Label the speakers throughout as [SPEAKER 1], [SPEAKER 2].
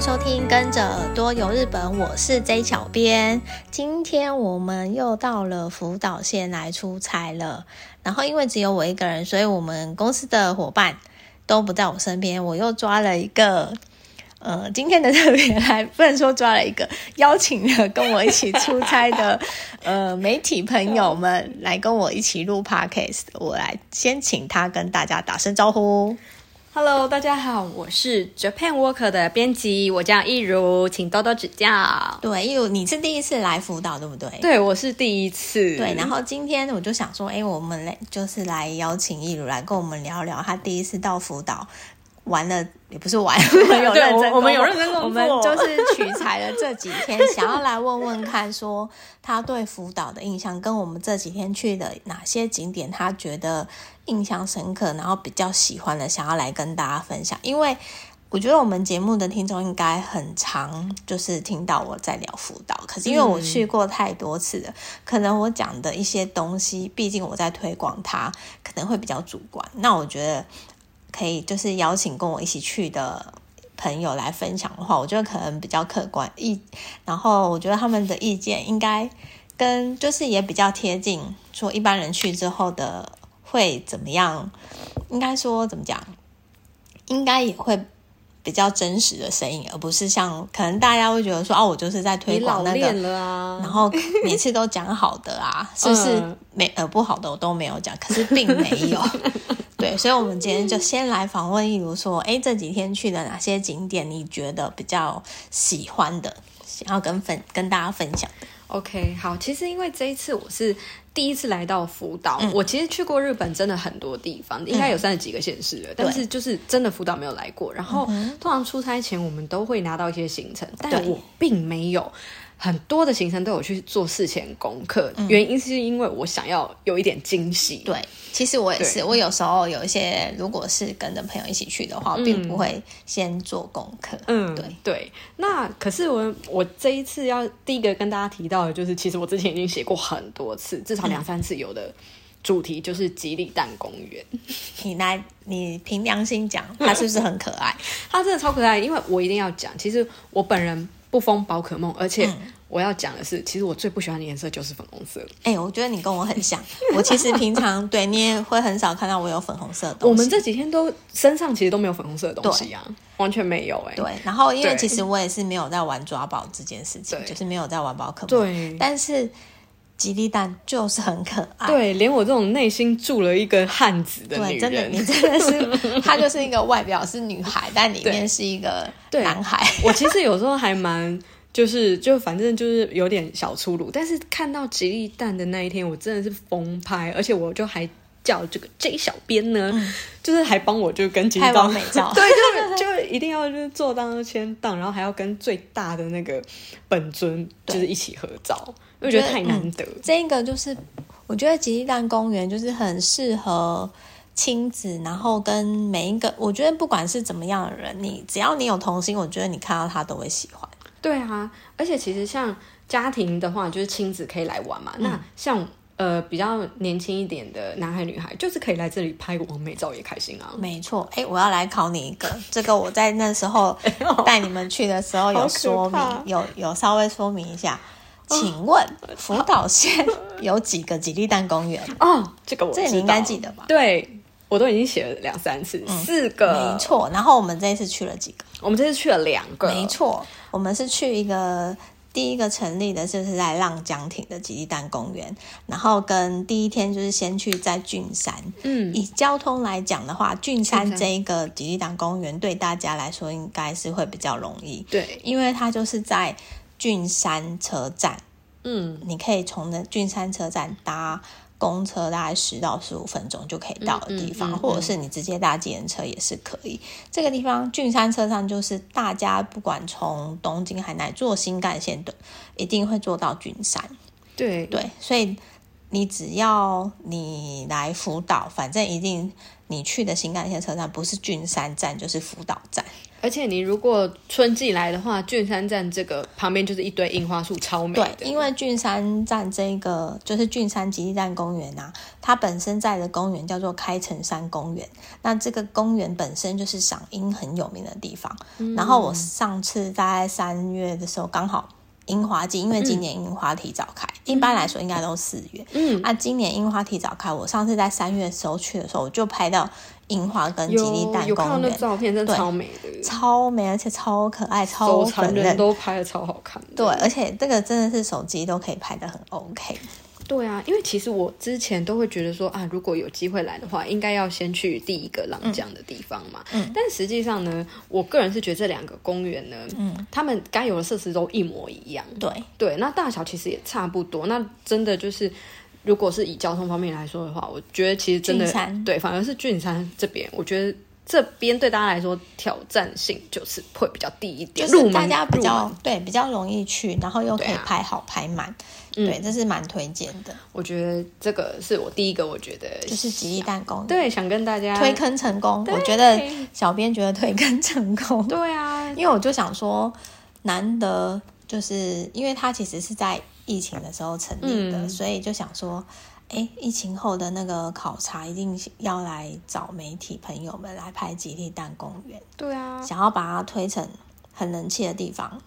[SPEAKER 1] 收听《跟着耳朵游日本》，我是 J 小编。今天我们又到了福岛县来出差了，然后因为只有我一个人，所以我们公司的伙伴都不在我身边，我又抓了一个。呃，今天的特别来不能说抓了一个邀请了跟我一起出差的 呃媒体朋友们来跟我一起录 podcast，我来先请他跟大家打声招呼。
[SPEAKER 2] Hello，大家好，我是 Japan Worker 的编辑，我叫易如，请多多指教。
[SPEAKER 1] 对，因为你是第一次来福岛，对不对？
[SPEAKER 2] 对，我是第一次。
[SPEAKER 1] 对，然后今天我就想说，哎，我们来就是来邀请易如来跟我们聊聊他第一次到福岛玩了，也不是 玩，我们有
[SPEAKER 2] 对
[SPEAKER 1] 认真，
[SPEAKER 2] 我我们有认真工作
[SPEAKER 1] 我们就是取材了这几天，想要来问问看，说他对福岛的印象，跟我们这几天去的哪些景点，他觉得印象深刻，然后比较喜欢的，想要来跟大家分享，因为。我觉得我们节目的听众应该很常就是听到我在聊福岛，可是因为我去过
[SPEAKER 2] 嗯
[SPEAKER 1] 太多次了，可能我讲的一些东西，毕竟我在推广它，可能会比较主观。那我觉得可以就是邀请跟我一起去的朋友来分享的话，我觉得可能比较客观意，然后我觉得他们的意见应该跟就是也比较贴近，说一般人去之后的会怎么样，应该说怎么讲，应该也会。比较真实的声音，而不是像可能大家会觉得说，哦、我就是在推
[SPEAKER 2] 你
[SPEAKER 1] 广
[SPEAKER 2] 老
[SPEAKER 1] 那个
[SPEAKER 2] 练了啊，
[SPEAKER 1] 然后 每次都讲好的啊， 是不是没呃不好的我都没有讲，可是并没 有。对，所以，我们今天就先来访问，例如说，哎，这几天去的哪些景点，你觉得比较喜欢的，想要跟分跟大家分享的？
[SPEAKER 2] OK，好，其实因为这一次我是第一次来到福岛，我其实去过日本真的很多地方，应该有三十几个县市了，但是就是真的福岛没有来过。然后通常出差前我们都会拿到一些行程，但
[SPEAKER 1] 对
[SPEAKER 2] 我并没有。很多的行程都有去做事前功课，原因是因为我想要有一点惊喜。
[SPEAKER 1] 对，其实我也是，
[SPEAKER 2] 对
[SPEAKER 1] 我有时候有一些，如果是跟着朋友一起去的话，我并不会先做功课。
[SPEAKER 2] 嗯，
[SPEAKER 1] 对，
[SPEAKER 2] 对。那可是我我这一次要第一个跟大家提到的就是，其实我之前已经写过很多次，
[SPEAKER 1] 嗯
[SPEAKER 2] 至少两三次有的主题就是吉利蛋公园，
[SPEAKER 1] 你来，你凭良心讲，它是不是很可爱？
[SPEAKER 2] 它真的超可爱。因为我一定要讲，其实我本人不疯宝可梦，而且
[SPEAKER 1] 嗯
[SPEAKER 2] 我要讲的是，其实我最不喜欢的颜色就是粉红色。
[SPEAKER 1] 哎、我觉得你跟我很 像。我其实平常对你也会很少看到我有粉红色的东西。
[SPEAKER 2] 我们这几天都身上其实都没有粉红色的东西啊，完全没有哎、
[SPEAKER 1] 对，然后因为
[SPEAKER 2] 对
[SPEAKER 1] 其实我也是没有在玩抓宝这件事情，
[SPEAKER 2] 对
[SPEAKER 1] 就是没有在玩宝可梦。
[SPEAKER 2] 对
[SPEAKER 1] 但是吉利蛋就是很可爱。
[SPEAKER 2] 对，连我这种内心住了一个汉子的
[SPEAKER 1] 对，
[SPEAKER 2] 女
[SPEAKER 1] 真的，
[SPEAKER 2] 人，
[SPEAKER 1] 你真的是，她就是一个外表是女孩，但里面
[SPEAKER 2] 对
[SPEAKER 1] 是一个
[SPEAKER 2] 对
[SPEAKER 1] 男孩。
[SPEAKER 2] 我其实有时候还蛮，就是就反正就是有点小粗鲁，但是看到吉利蛋的那一天，我真的是疯拍，而且我就还叫这个 J 小编呢，就是还帮我就跟吉利
[SPEAKER 1] 拍
[SPEAKER 2] 蛋
[SPEAKER 1] 完美 照
[SPEAKER 2] 对，就就一定要就是做当签档，然后还要跟最大的那个本尊就是一起合照，因为我觉得嗯太难得。
[SPEAKER 1] 这个就是，我觉得吉利蛋公园就是很适合亲子，然后跟每一个，我觉得不管是怎么样的人，你只要你有童心，我觉得你看到他都会喜欢。
[SPEAKER 2] 对啊，而且其实像家庭的话，就是亲子可以来玩嘛。
[SPEAKER 1] 嗯
[SPEAKER 2] 那像呃比较年轻一点的男孩女孩，就是可以来这里拍个完美照也开心啊。
[SPEAKER 1] 没错，哎，我要来考你一个， 这个我在那时候带你们去的时候有
[SPEAKER 2] 好可
[SPEAKER 1] 说明
[SPEAKER 2] 怕，啊
[SPEAKER 1] 有有稍微说明一下。请问福岛县 有几个吉利蛋公园？
[SPEAKER 2] 哦，这个我
[SPEAKER 1] 这你
[SPEAKER 2] 知
[SPEAKER 1] 应该
[SPEAKER 2] 道
[SPEAKER 1] 记得吧
[SPEAKER 2] 对，我都已经写了两三次，四个
[SPEAKER 1] 没，错，然后我们这一次去了几个？
[SPEAKER 2] 我们这次去了两个，
[SPEAKER 1] 没。错，我们是去一个第一个成立的，就是在浪江町的吉利蛋公园，然后跟第一天就是先去在郡山。
[SPEAKER 2] 嗯，
[SPEAKER 1] 以交通来讲的话，郡
[SPEAKER 2] 郡
[SPEAKER 1] 山
[SPEAKER 2] 山
[SPEAKER 1] 这一个吉利蛋公园对大家来说应该是会比较容易，
[SPEAKER 2] 对，
[SPEAKER 1] 因为它就是在郡山车站，
[SPEAKER 2] 嗯，
[SPEAKER 1] 你可以从那郡山车站搭。公车大概十到十五分钟就可以到的地方，
[SPEAKER 2] 嗯嗯嗯嗯
[SPEAKER 1] 或者是你直接搭计程车也是可以。这个地方郡山车站就是大家不管从东京、海南坐新干线的，一定会坐到郡山。
[SPEAKER 2] 对，
[SPEAKER 1] 对，所以你只要你来福岛，反正一定你去的新干线车站不是郡山站就是福岛站。
[SPEAKER 2] 而且你如果春季来的话，郡山站这个旁边就是一堆樱花树，超美的。
[SPEAKER 1] 对，因为郡山站这个就是郡山极地站公园啊，它本身在的公园叫做开城山公园。那这个公园本身就是赏樱很有名的地方。
[SPEAKER 2] 嗯
[SPEAKER 1] 然后我上次在三月的时候刚好。樱花季，因为今年樱花提早开，一般来说应该都四月。
[SPEAKER 2] 嗯，
[SPEAKER 1] 啊，今年樱花提早开，我上次在三月的时候去的时候，我就拍到樱花跟吉利
[SPEAKER 2] 有
[SPEAKER 1] 蛋
[SPEAKER 2] 有看到
[SPEAKER 1] 公
[SPEAKER 2] 那
[SPEAKER 1] 园，
[SPEAKER 2] 照片，真的超美的，
[SPEAKER 1] 超美，而且超可爱，超
[SPEAKER 2] 手残
[SPEAKER 1] 粉
[SPEAKER 2] 人
[SPEAKER 1] 嫩。
[SPEAKER 2] 都拍的超好看的。
[SPEAKER 1] 对，而且这个真的是手机都可以拍的很 OK。
[SPEAKER 2] 对啊，因为其实我之前都会觉得说啊，如果有机会来的话，应该要先去第一个浪江的地方嘛。嗯、但实际上呢，我个人是觉得这两个公园呢，嗯，他们该有的设施都一模一样。
[SPEAKER 1] 对，
[SPEAKER 2] 对，那大小其实也差不多。那真的就是，如果是以交通方面来说的话，我觉得其实真的
[SPEAKER 1] 俊山
[SPEAKER 2] 对，反而是郡山这边，我觉得这边对大家来说挑战性就是会比较低一
[SPEAKER 1] 就
[SPEAKER 2] 点，
[SPEAKER 1] 是
[SPEAKER 2] 入
[SPEAKER 1] 大
[SPEAKER 2] 门
[SPEAKER 1] 家比
[SPEAKER 2] 入
[SPEAKER 1] 较
[SPEAKER 2] 门
[SPEAKER 1] 对比较容易去，然后又可
[SPEAKER 2] 对
[SPEAKER 1] 以
[SPEAKER 2] 啊嗯
[SPEAKER 1] 拍好拍满，对，这是蛮推荐的，
[SPEAKER 2] 我觉得这个是我第一个，我觉得
[SPEAKER 1] 就是吉利蛋公园。
[SPEAKER 2] 对，想跟大家
[SPEAKER 1] 推坑成功，我觉得
[SPEAKER 2] 对
[SPEAKER 1] 小编觉得推坑成功。
[SPEAKER 2] 对啊，
[SPEAKER 1] 因为我就想说，难得就是因为它其实是在疫情的时候成立的，
[SPEAKER 2] 嗯
[SPEAKER 1] 所以就想说，哎，疫情后的那个考察一定要来找媒体朋友们来拍吉利蛋公园，
[SPEAKER 2] 对啊，
[SPEAKER 1] 想要把它推成很人气的地方。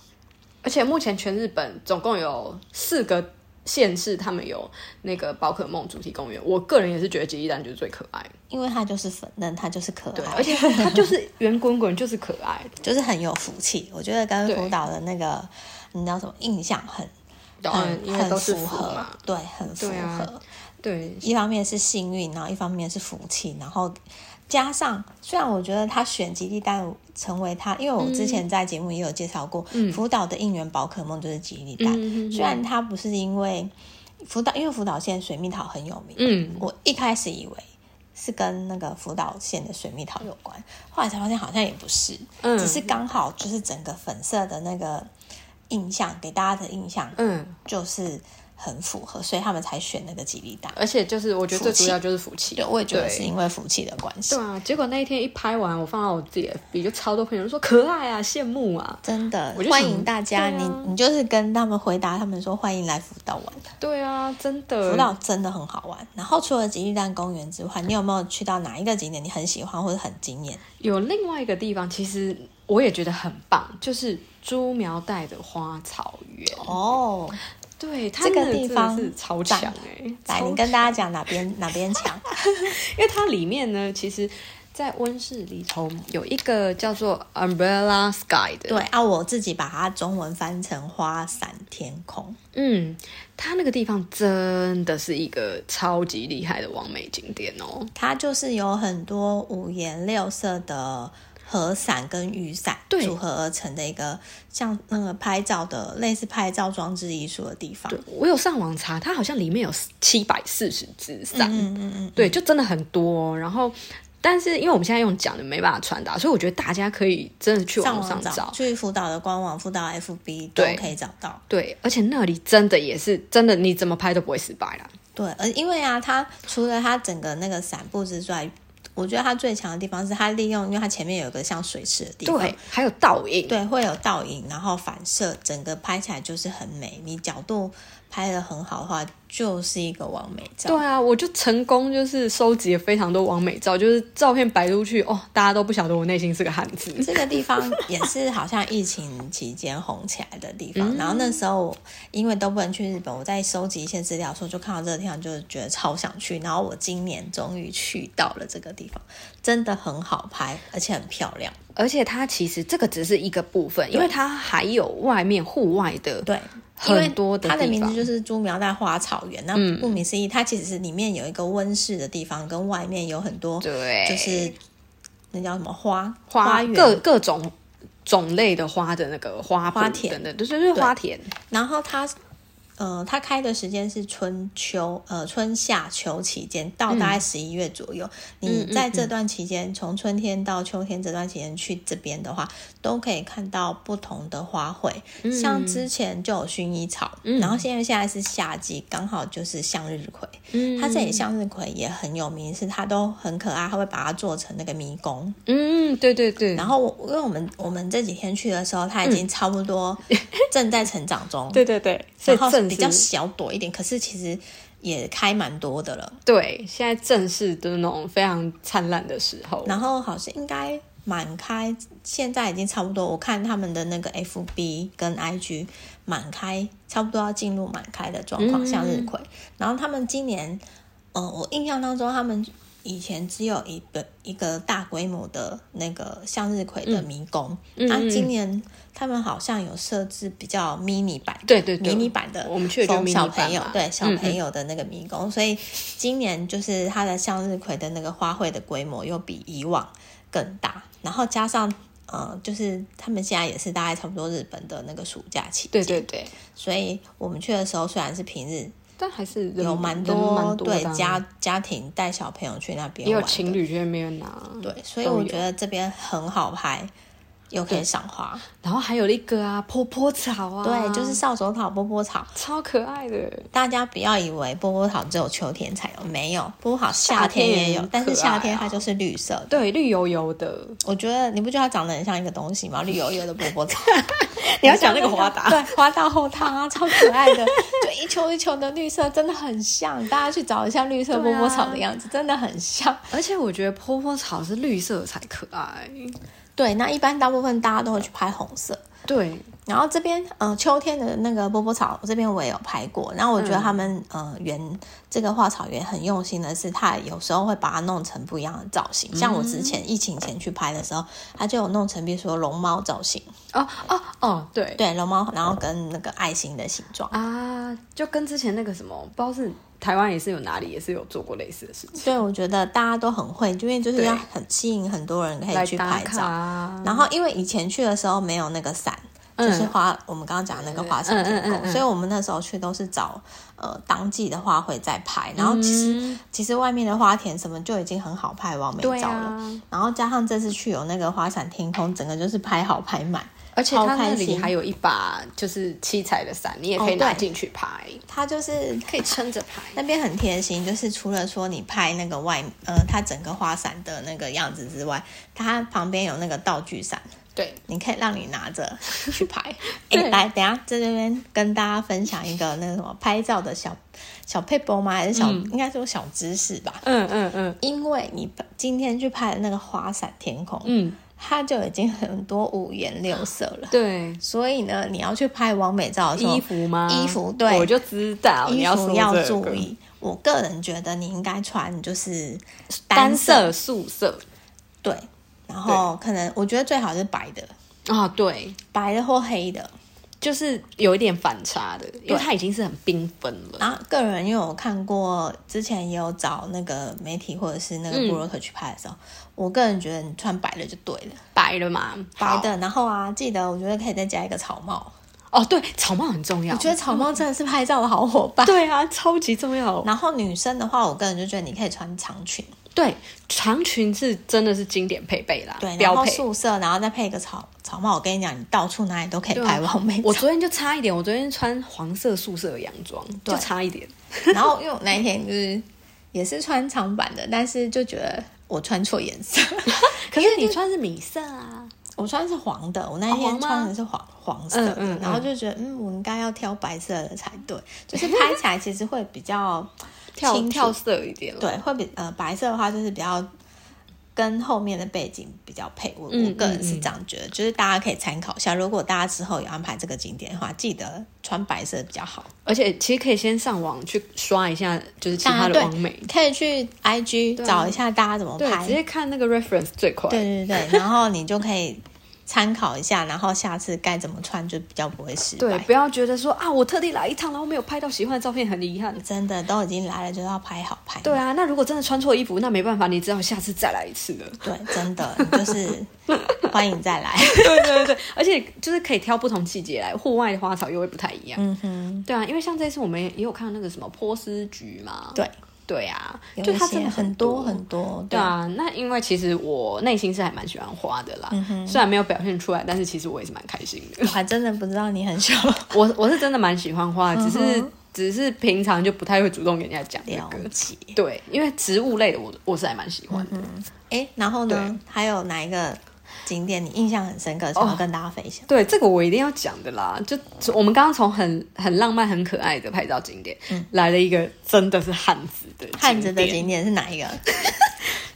[SPEAKER 2] 而且目前全日本总共有四个县市，他们有那个宝可梦主题公园。我个人也是觉得吉利蛋就是最可爱，
[SPEAKER 1] 因为它就是粉嫩，它就是可
[SPEAKER 2] 对，
[SPEAKER 1] 爱，
[SPEAKER 2] 而且它就是圆滚滚，就是可爱。
[SPEAKER 1] 就是很有福气。我觉得跟
[SPEAKER 2] 对
[SPEAKER 1] 福岛的那个，你知道什么印象很
[SPEAKER 2] 然后
[SPEAKER 1] 很
[SPEAKER 2] 哦因为
[SPEAKER 1] 很
[SPEAKER 2] 都是
[SPEAKER 1] 符
[SPEAKER 2] 福
[SPEAKER 1] 合
[SPEAKER 2] 嘛，，
[SPEAKER 1] 对，很符
[SPEAKER 2] 对啊
[SPEAKER 1] 合。
[SPEAKER 2] 对，
[SPEAKER 1] 一方面是幸运，然后一方面是福气，然后加上虽然我觉得他选吉利蛋成为他，因为我之
[SPEAKER 2] 嗯
[SPEAKER 1] 前在节目也有介绍过，福岛的应援宝可梦就是吉利蛋。
[SPEAKER 2] 嗯嗯嗯
[SPEAKER 1] 虽然它不是因为福岛，因为福岛县水蜜桃很有名，
[SPEAKER 2] 嗯，
[SPEAKER 1] 我一开始以为是跟那个福岛县的水蜜桃有关，后来才发现好像也不是，
[SPEAKER 2] 嗯
[SPEAKER 1] 只是刚好就是整个粉色的那个印象给大家的印象
[SPEAKER 2] 嗯，
[SPEAKER 1] 就是很符合，所以他们才选那个吉利蛋。
[SPEAKER 2] 而且就是我觉得最主要就是福气，
[SPEAKER 1] 对，我也觉得
[SPEAKER 2] 对
[SPEAKER 1] 是因为福气的关系
[SPEAKER 2] 对。啊，结果那一天一拍完，我放到我自己的 FB，就超多朋友都说可爱啊，羡慕啊，
[SPEAKER 1] 真的
[SPEAKER 2] 我就，想
[SPEAKER 1] 欢迎大家，
[SPEAKER 2] 对啊
[SPEAKER 1] 你你就是跟他们回答，他们说欢迎来福岛玩，
[SPEAKER 2] 对啊，真的，
[SPEAKER 1] 福岛真的很好玩。然后除了吉利蛋公园之外，你有没有去到哪一个景点你很喜欢或者很惊艳？
[SPEAKER 2] 有另外一个地方，其实我也觉得很棒，就是猪苗带的花草园。
[SPEAKER 1] 哦，
[SPEAKER 2] 对，它
[SPEAKER 1] 这个
[SPEAKER 2] 那
[SPEAKER 1] 地
[SPEAKER 2] 真的
[SPEAKER 1] 方
[SPEAKER 2] 是超
[SPEAKER 1] 赞
[SPEAKER 2] 强哎、欸，
[SPEAKER 1] 来，
[SPEAKER 2] 超
[SPEAKER 1] 你跟大家讲哪边哪边强？
[SPEAKER 2] 因为它里面呢，其实，在温室里头有一个叫做 Umbrella Sky 的，
[SPEAKER 1] 对，啊，我自己把它中文翻成花伞天空，
[SPEAKER 2] 嗯，它那个地方真的是一个超级厉害的完美景点哦。
[SPEAKER 1] 它就是有很多五颜六色的和伞跟雨伞
[SPEAKER 2] 对
[SPEAKER 1] 组合而成的一个像那个拍照的类似拍照装置艺术的地方
[SPEAKER 2] 对。，我有上网查，它好像里面有七百四十只伞，
[SPEAKER 1] 嗯嗯嗯，
[SPEAKER 2] 对，就真的很多、然后，但是因为我们现在用讲的没办法传达，所以我觉得大家可以真的去
[SPEAKER 1] 上
[SPEAKER 2] 网上找。
[SPEAKER 1] 找去辅导的官网、辅导 FB 都
[SPEAKER 2] 对
[SPEAKER 1] 可以找到。
[SPEAKER 2] 对，而且那里真的也是真的，你怎么拍都不会失败啦。
[SPEAKER 1] 对，而因为啊，它除了它整个那个伞布之外，我觉得它最强的地方是它利用，因为它前面有一个像水池的地方，
[SPEAKER 2] 对，还有倒影。
[SPEAKER 1] 对，会有倒影，然后反射，整个拍起来就是很美。你角度拍的很好的话，就是一个完美照。
[SPEAKER 2] 对啊，我就成功就是收集了非常多完美照，就是照片摆出去哦，大家都不晓得我内心是个汉子。
[SPEAKER 1] 这个地方也是好像疫情期间红起来的地
[SPEAKER 2] 嗯
[SPEAKER 1] 方。然后那时候我因为都不能去日本，我在收集一些资料的时候，就看到这个地方，就觉得超想去。然后我今年终于去到了这个地方，真的很好拍，而且很漂亮。
[SPEAKER 2] 而且它其实这个只是一个部分，因为它还有外面户外的。
[SPEAKER 1] 对，因为
[SPEAKER 2] 很多的
[SPEAKER 1] 它的
[SPEAKER 2] 地
[SPEAKER 1] 名字
[SPEAKER 2] 方嗯
[SPEAKER 1] 就是猪苗带花草园，那顾名思义，它其实是里面有一个温室的地方，跟外面有很多
[SPEAKER 2] 对
[SPEAKER 1] 就是那叫什么花
[SPEAKER 2] 花
[SPEAKER 1] 园
[SPEAKER 2] 各各种种类的花的那个花圃
[SPEAKER 1] 花田
[SPEAKER 2] 等等，就是就是花田。
[SPEAKER 1] 然后它呃，他开的时间是春秋呃春夏秋期间，到大概十一月左右。
[SPEAKER 2] 嗯
[SPEAKER 1] 你在这段期间，从春天到秋天这段期间去这边的话，都可以看到不同的花卉。
[SPEAKER 2] 嗯
[SPEAKER 1] 像之前就有薰衣草，然后现在现在是夏季，刚好就是向日葵。
[SPEAKER 2] 嗯
[SPEAKER 1] 它这里向日葵也很有名，是它都很可爱，它会把它做成那个迷宫。
[SPEAKER 2] 嗯，对对对，
[SPEAKER 1] 然后我因为我们我们这几天去的时候，它已经差不多正在成长中，
[SPEAKER 2] 对对对，所
[SPEAKER 1] 然
[SPEAKER 2] 以
[SPEAKER 1] 后
[SPEAKER 2] 正
[SPEAKER 1] 比较
[SPEAKER 2] 式
[SPEAKER 1] 小朵一点，可是其实也开蛮多的了。
[SPEAKER 2] 对，现在正是就是那种非常灿烂的时候。
[SPEAKER 1] 然后好像应该满开，现在已经差不多。我看他们的那个 FB 跟 IG 满开，差不多要进入满开的状况，
[SPEAKER 2] 嗯
[SPEAKER 1] 向日葵。然后他们今年，呃，我印象当中他们。以前只有一个一个大规模的那个向日葵的迷宫，
[SPEAKER 2] 嗯
[SPEAKER 1] 那、
[SPEAKER 2] 嗯
[SPEAKER 1] 今年他们好像有设置比较 mini 版的，
[SPEAKER 2] 对对对，
[SPEAKER 1] 迷你版的，
[SPEAKER 2] 我们去的就
[SPEAKER 1] 封
[SPEAKER 2] 迷你
[SPEAKER 1] 小
[SPEAKER 2] 版
[SPEAKER 1] 朋友
[SPEAKER 2] 嘛
[SPEAKER 1] 对小
[SPEAKER 2] 嗯
[SPEAKER 1] 朋友的那个迷宫，所以今年就是它的向日葵的那个花卉的规模又比以往更大，然后加上呃，就是他们现在也是大概差不多日本的那个暑假期，
[SPEAKER 2] 对对对，
[SPEAKER 1] 所以我们去的时候虽然是平日，
[SPEAKER 2] 但还是人
[SPEAKER 1] 有蛮
[SPEAKER 2] 人蛮多的啊
[SPEAKER 1] 对家家庭带小朋友去那边
[SPEAKER 2] 也有
[SPEAKER 1] 玩的
[SPEAKER 2] 情侣去那边拿，
[SPEAKER 1] 对，所以
[SPEAKER 2] 都
[SPEAKER 1] 我
[SPEAKER 2] 有啊
[SPEAKER 1] 觉得这边很好拍，又可以赏花，
[SPEAKER 2] 然后还有一个啊，婆婆草啊，
[SPEAKER 1] 对，就是扫帚草、波波草。
[SPEAKER 2] 超可爱的。
[SPEAKER 1] 大家不要以为波波草只有秋天才有，没有，波波草夏
[SPEAKER 2] 夏天
[SPEAKER 1] 天
[SPEAKER 2] 也
[SPEAKER 1] 也有
[SPEAKER 2] 很，
[SPEAKER 1] 但是
[SPEAKER 2] 可
[SPEAKER 1] 夏
[SPEAKER 2] 爱
[SPEAKER 1] 天
[SPEAKER 2] 啊
[SPEAKER 1] 它就是绿色的。
[SPEAKER 2] 对，绿油油的，，
[SPEAKER 1] 我觉得你不觉得它长得很像一个东西吗？绿油油的波波草
[SPEAKER 2] 你要讲那个花 达
[SPEAKER 1] 很像那个对，花大后汤啊，超可爱的，就一球一球的绿色，真的很像。大家去找一下绿色波
[SPEAKER 2] 啊
[SPEAKER 1] 波草的样子，真的很像。
[SPEAKER 2] 而且我觉得婆婆草是绿色才可爱。
[SPEAKER 1] 对，那一般大部分大家都会去拍红色。
[SPEAKER 2] 对，
[SPEAKER 1] 然后这边，呃，秋天的那个波波草，我这边我也有拍过。然后我觉得他们，
[SPEAKER 2] 嗯
[SPEAKER 1] 呃，园这个花草园很用心的是，它有时候会把它弄成不一样的造型。像我之前疫情前去拍的时候，它就有弄成，比如说龙猫造型，
[SPEAKER 2] 哦哦哦，对
[SPEAKER 1] 对，龙猫，然后跟那个爱心的形状。
[SPEAKER 2] 啊，就跟之前那个什么，不知道是台湾也是有哪里也是有做过类似的事情，
[SPEAKER 1] 所以我觉得大家都很会，因为就是
[SPEAKER 2] 对
[SPEAKER 1] 要很吸引很多人可
[SPEAKER 2] 来
[SPEAKER 1] 以去
[SPEAKER 2] 打
[SPEAKER 1] 拍
[SPEAKER 2] 卡
[SPEAKER 1] 照。
[SPEAKER 2] 啊。
[SPEAKER 1] 然后因为以前去的时候没有那个伞，就是
[SPEAKER 2] 嗯
[SPEAKER 1] 花、我们刚刚讲的那个花草天
[SPEAKER 2] 嗯嗯
[SPEAKER 1] 宫，
[SPEAKER 2] 嗯嗯
[SPEAKER 1] 所以我们那时候去都是找呃当季的花卉在拍。然后其实、
[SPEAKER 2] 嗯
[SPEAKER 1] 其实外面的花田什么就已经很好拍完美
[SPEAKER 2] 对
[SPEAKER 1] 照了，
[SPEAKER 2] 啊，
[SPEAKER 1] 然后加上这次去有那个花伞天空，整个就是拍好拍满。
[SPEAKER 2] 而且它
[SPEAKER 1] 超开
[SPEAKER 2] 那里
[SPEAKER 1] 心
[SPEAKER 2] 还有一把就是七彩的伞，你也可以
[SPEAKER 1] 哦
[SPEAKER 2] 拿
[SPEAKER 1] 对
[SPEAKER 2] 进去拍，
[SPEAKER 1] 它就是
[SPEAKER 2] 可以撑着拍。
[SPEAKER 1] 那边很贴心，就是除了说你拍那个外呃它整个花伞的那个样子之外，它旁边有那个道具伞，
[SPEAKER 2] 对，
[SPEAKER 1] 你可以让你拿 着去拍。哎、
[SPEAKER 2] 对
[SPEAKER 1] 来，等一下在这边跟大家分享一个那个什么拍照的小小 paper 吗？还是小、应该说小知识吧？
[SPEAKER 2] 嗯嗯嗯
[SPEAKER 1] 因为你今天去拍的那个花伞天空，
[SPEAKER 2] 嗯，
[SPEAKER 1] 它就已经很多五颜六色了。
[SPEAKER 2] 对，
[SPEAKER 1] 所以呢，你要去拍完美照的时候，
[SPEAKER 2] 衣服吗？
[SPEAKER 1] 衣服对
[SPEAKER 2] 我就知道你
[SPEAKER 1] 衣
[SPEAKER 2] 要
[SPEAKER 1] 服
[SPEAKER 2] 说
[SPEAKER 1] 要
[SPEAKER 2] 这
[SPEAKER 1] 注
[SPEAKER 2] 个
[SPEAKER 1] 意。我个人觉得你应该穿就是
[SPEAKER 2] 单
[SPEAKER 1] 色
[SPEAKER 2] 色、素色
[SPEAKER 1] 对，然后可能我觉得最好是白的，
[SPEAKER 2] 啊，对，
[SPEAKER 1] 白的或黑的。
[SPEAKER 2] 就是有一点反差的，因为它已经是很缤纷了。
[SPEAKER 1] 然后个人因为我看过，之前也有找那个媒体或者是那个
[SPEAKER 2] 嗯
[SPEAKER 1] 布洛克去拍的时候，我个人觉得你穿白的就对了，
[SPEAKER 2] 白的嘛，
[SPEAKER 1] 白
[SPEAKER 2] 好
[SPEAKER 1] 的。然后啊，记得我觉得可以再加一个草帽，
[SPEAKER 2] 哦，对，草帽很重要。
[SPEAKER 1] 我觉得草帽真的是拍照的好伙伴。
[SPEAKER 2] 对啊，超级重要。
[SPEAKER 1] 然后女生的话，我个人就觉得你可以穿长裙，
[SPEAKER 2] 对，长裙是真的是经典配备啦，
[SPEAKER 1] 对，然
[SPEAKER 2] 标
[SPEAKER 1] 后
[SPEAKER 2] 配。
[SPEAKER 1] 素色，然后再配一个草草帽。我跟你讲，你到处哪里都可以拍完美照
[SPEAKER 2] 啊我。昨天就差一点，我昨天穿黄色素色的洋装，
[SPEAKER 1] 对
[SPEAKER 2] 就差一点。
[SPEAKER 1] 然后因为我那一天就是也是穿长版的，但是就觉得我穿错颜色，
[SPEAKER 2] 可是你穿是米色啊，
[SPEAKER 1] 我穿的是黄的，我那一
[SPEAKER 2] 哦黄
[SPEAKER 1] 天
[SPEAKER 2] 吗
[SPEAKER 1] 穿的是黄黄色的，
[SPEAKER 2] 嗯嗯嗯
[SPEAKER 1] 然后就觉得嗯，我应该要挑白色的才对，就是拍起来其实会比较
[SPEAKER 2] 跳
[SPEAKER 1] 清楚
[SPEAKER 2] 跳色一点了。
[SPEAKER 1] 对，会比呃白色的话就是比较。跟后面的背景比较配，我、
[SPEAKER 2] 嗯
[SPEAKER 1] 我个人是这样觉得，就是大家可以参考一下。如果大家之后有安排这个景点的话，记得穿白色比较好。
[SPEAKER 2] 而且其实可以先上网去刷一下，就是其他
[SPEAKER 1] 大家
[SPEAKER 2] 的
[SPEAKER 1] 对
[SPEAKER 2] 网美，
[SPEAKER 1] 可以去 IG
[SPEAKER 2] 对啊
[SPEAKER 1] 找一下大家怎么
[SPEAKER 2] 对，
[SPEAKER 1] 拍
[SPEAKER 2] 直，接看那个 reference 最快。
[SPEAKER 1] 对对对，然后你就可以参考一下，然后下次该怎么穿就比较不会失败。
[SPEAKER 2] 对，不要觉得说啊，我特地来一趟，然后没有拍到喜欢的照片，很遗憾。
[SPEAKER 1] 真的都已经来了，就要拍好拍。
[SPEAKER 2] 对啊，那如果真的穿错衣服，那没办法，你只好下次再来一次了。
[SPEAKER 1] 对，真的你就是 欢迎再来。
[SPEAKER 2] 对对对，而且就是可以挑不同季节来，户外的花草又会不太一样。
[SPEAKER 1] 嗯哼，
[SPEAKER 2] 对啊，因为像这次我们也有看那个什么波斯菊嘛，
[SPEAKER 1] 对，
[SPEAKER 2] 对啊，
[SPEAKER 1] 有
[SPEAKER 2] 就
[SPEAKER 1] 一
[SPEAKER 2] 它真
[SPEAKER 1] 些
[SPEAKER 2] 的
[SPEAKER 1] 很
[SPEAKER 2] 多
[SPEAKER 1] 多很多，
[SPEAKER 2] 对啊，那因为其实我内心是还蛮喜欢花的啦，
[SPEAKER 1] 嗯
[SPEAKER 2] 虽然没有表现出来，但是其实我也是蛮开心的
[SPEAKER 1] 我。还真的不知道你很喜欢
[SPEAKER 2] 我我是真的蛮喜欢花的，只是、只是平常就不太会主动跟人家讲这
[SPEAKER 1] 嗯了
[SPEAKER 2] 个。
[SPEAKER 1] 解。
[SPEAKER 2] 对，啊因为植物类的我我是还蛮喜欢的。
[SPEAKER 1] 哎，然后呢
[SPEAKER 2] 对？
[SPEAKER 1] 还有哪一个景点你印象很深刻，想要
[SPEAKER 2] 哦
[SPEAKER 1] 跟大家分享？
[SPEAKER 2] 对，这个我一定要讲的啦。就我们刚刚从很很浪漫、很可爱的拍照景点，来了一个真的是汉子的景点
[SPEAKER 1] 嗯汉子的景点是哪一个？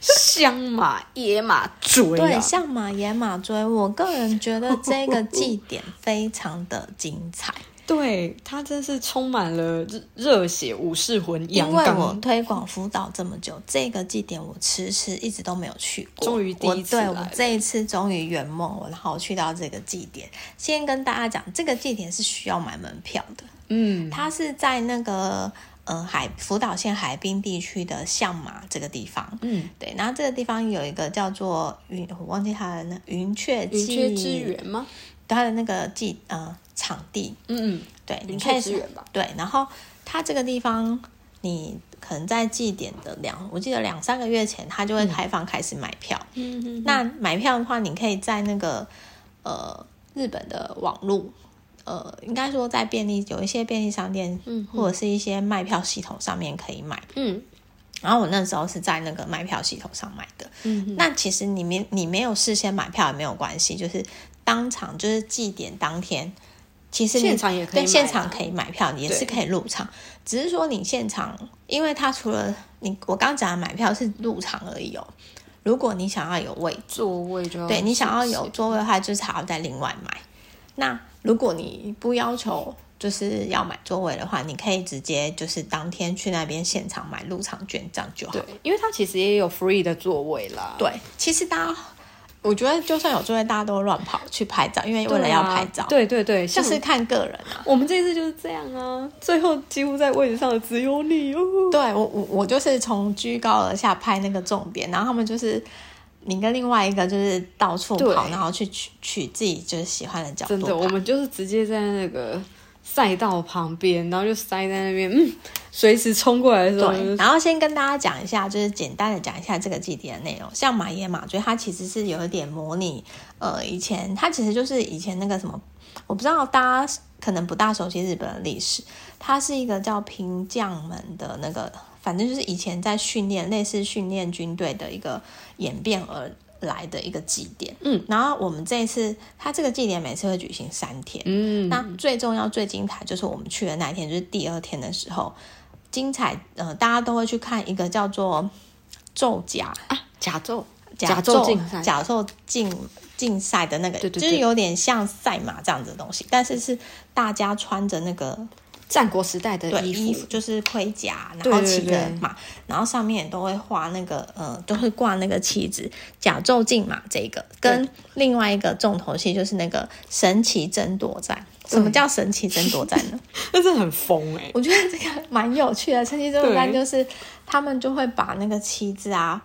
[SPEAKER 2] 香马、野马追
[SPEAKER 1] 对，
[SPEAKER 2] 啊
[SPEAKER 1] 象马、野马追，我个人觉得这个祭典非常的精彩，
[SPEAKER 2] 对，它真是充满了热热血、武士魂、
[SPEAKER 1] 因
[SPEAKER 2] 阳
[SPEAKER 1] 为
[SPEAKER 2] 刚。哦
[SPEAKER 1] 我推广辅导这么久，这个祭典我迟迟一直都没有去过，
[SPEAKER 2] 终于第一次
[SPEAKER 1] 我
[SPEAKER 2] 来
[SPEAKER 1] 对我
[SPEAKER 2] 了
[SPEAKER 1] 这一次终于圆梦，我然后去到这个祭典。先跟大家讲，这个祭典是需要买门票的，
[SPEAKER 2] 嗯，
[SPEAKER 1] 它是在那个呃海福岛县海滨地区的相马这个地方。
[SPEAKER 2] 嗯，
[SPEAKER 1] 对，然后这个地方有一个叫做云，我忘记它的那云雀
[SPEAKER 2] 云
[SPEAKER 1] 祭
[SPEAKER 2] 雀之源吗？
[SPEAKER 1] 它的那个祭呃场地，
[SPEAKER 2] 嗯
[SPEAKER 1] 对，
[SPEAKER 2] 嗯，
[SPEAKER 1] 你
[SPEAKER 2] 云
[SPEAKER 1] 可
[SPEAKER 2] 雀
[SPEAKER 1] 以
[SPEAKER 2] 之源吧。
[SPEAKER 1] 对，然后它这个地方，你可能在祭典的两，我记得两三个月前，它就会开放开始买票。
[SPEAKER 2] 嗯嗯，
[SPEAKER 1] 那买票的话，你可以在那个呃日本的网络，呃，应该说在便利有一些便利商店，
[SPEAKER 2] 嗯
[SPEAKER 1] 或者是一些卖票系统上面可以买。
[SPEAKER 2] 嗯
[SPEAKER 1] 然后我那时候是在那个卖票系统上买的。
[SPEAKER 2] 嗯
[SPEAKER 1] 那其实你没你没有事先买票也没有关系，就是当场就是祭典当天，其实你
[SPEAKER 2] 现场也可以
[SPEAKER 1] 对
[SPEAKER 2] 买
[SPEAKER 1] 现
[SPEAKER 2] 啦
[SPEAKER 1] 场可以买票，你也
[SPEAKER 2] 对
[SPEAKER 1] 是可以入场，只是说你现场，因为它除了你我刚讲的买票是入场而已哦，如果你想要有位置，
[SPEAKER 2] 座位就要
[SPEAKER 1] 对你想要
[SPEAKER 2] 谢谢
[SPEAKER 1] 有座位的话，就是还要再另外买。那如果你不要求就是要买座位的话，你可以直接就是当天去那边现场买入场券，这样就好
[SPEAKER 2] 对。，因为它其实也有 free 的座位啦。
[SPEAKER 1] 对，其实大家，我觉得就算有座位，大家都会乱跑去拍照，因为为了要拍照，
[SPEAKER 2] 对啊对对对，
[SPEAKER 1] 就
[SPEAKER 2] 像
[SPEAKER 1] 是
[SPEAKER 2] 是
[SPEAKER 1] 看个人啊。
[SPEAKER 2] 我们这次就是这样啊，最后几乎在位置上的只有你哦。
[SPEAKER 1] 对我我我就是从居高而下拍那个重点，然后他们就是你跟另外一个就是到处
[SPEAKER 2] 对
[SPEAKER 1] 跑，然后去取取自己就是喜欢的角度
[SPEAKER 2] 真的，
[SPEAKER 1] 拍
[SPEAKER 2] 我们就是直接在那个赛道旁边，然后就塞在那边，嗯，随时冲过来的时候
[SPEAKER 1] 对，，然后先跟大家讲一下，就是简单的讲一下这个祭典的内容。像马耶马追，它其实是有一点模拟，呃，以前它其实就是以前那个什么，我不知道大家可能不大熟悉日本的历史，它是一个叫平将门的那个，反正就是以前在训练，类似训练军队的一个演变而来的一个祭典。
[SPEAKER 2] 嗯，
[SPEAKER 1] 然后我们这一次，它这个祭典每次会举行三天，
[SPEAKER 2] 嗯，
[SPEAKER 1] 那最重要、最精彩就是我们去的那一天，就是第二天的时候，精彩呃，大家都会去看一个叫做咒啊甲
[SPEAKER 2] 甲胄，
[SPEAKER 1] 甲
[SPEAKER 2] 胄
[SPEAKER 1] 胄
[SPEAKER 2] 竞赛，
[SPEAKER 1] 甲胄竞竞赛的那个，
[SPEAKER 2] 对对
[SPEAKER 1] 就是
[SPEAKER 2] 对
[SPEAKER 1] 有点像赛马这样子的东西，但是是大家穿着那个
[SPEAKER 2] 战国时代的
[SPEAKER 1] 对
[SPEAKER 2] 呃衣服，
[SPEAKER 1] 衣服，就是盔甲，然
[SPEAKER 2] 对
[SPEAKER 1] 后
[SPEAKER 2] 对
[SPEAKER 1] 骑个
[SPEAKER 2] 对
[SPEAKER 1] 马，然后上面也都会画那个呃，都会挂那个旗子，甲胄竞马这个，跟另外一个重头戏就是那个神奇争夺战。什么
[SPEAKER 2] 对
[SPEAKER 1] 叫神奇争夺战呢？
[SPEAKER 2] 但是很疯哎、
[SPEAKER 1] 我觉得这个蛮有趣的。趁机这么干
[SPEAKER 2] 对
[SPEAKER 1] 就是他们就会把那个旗子啊，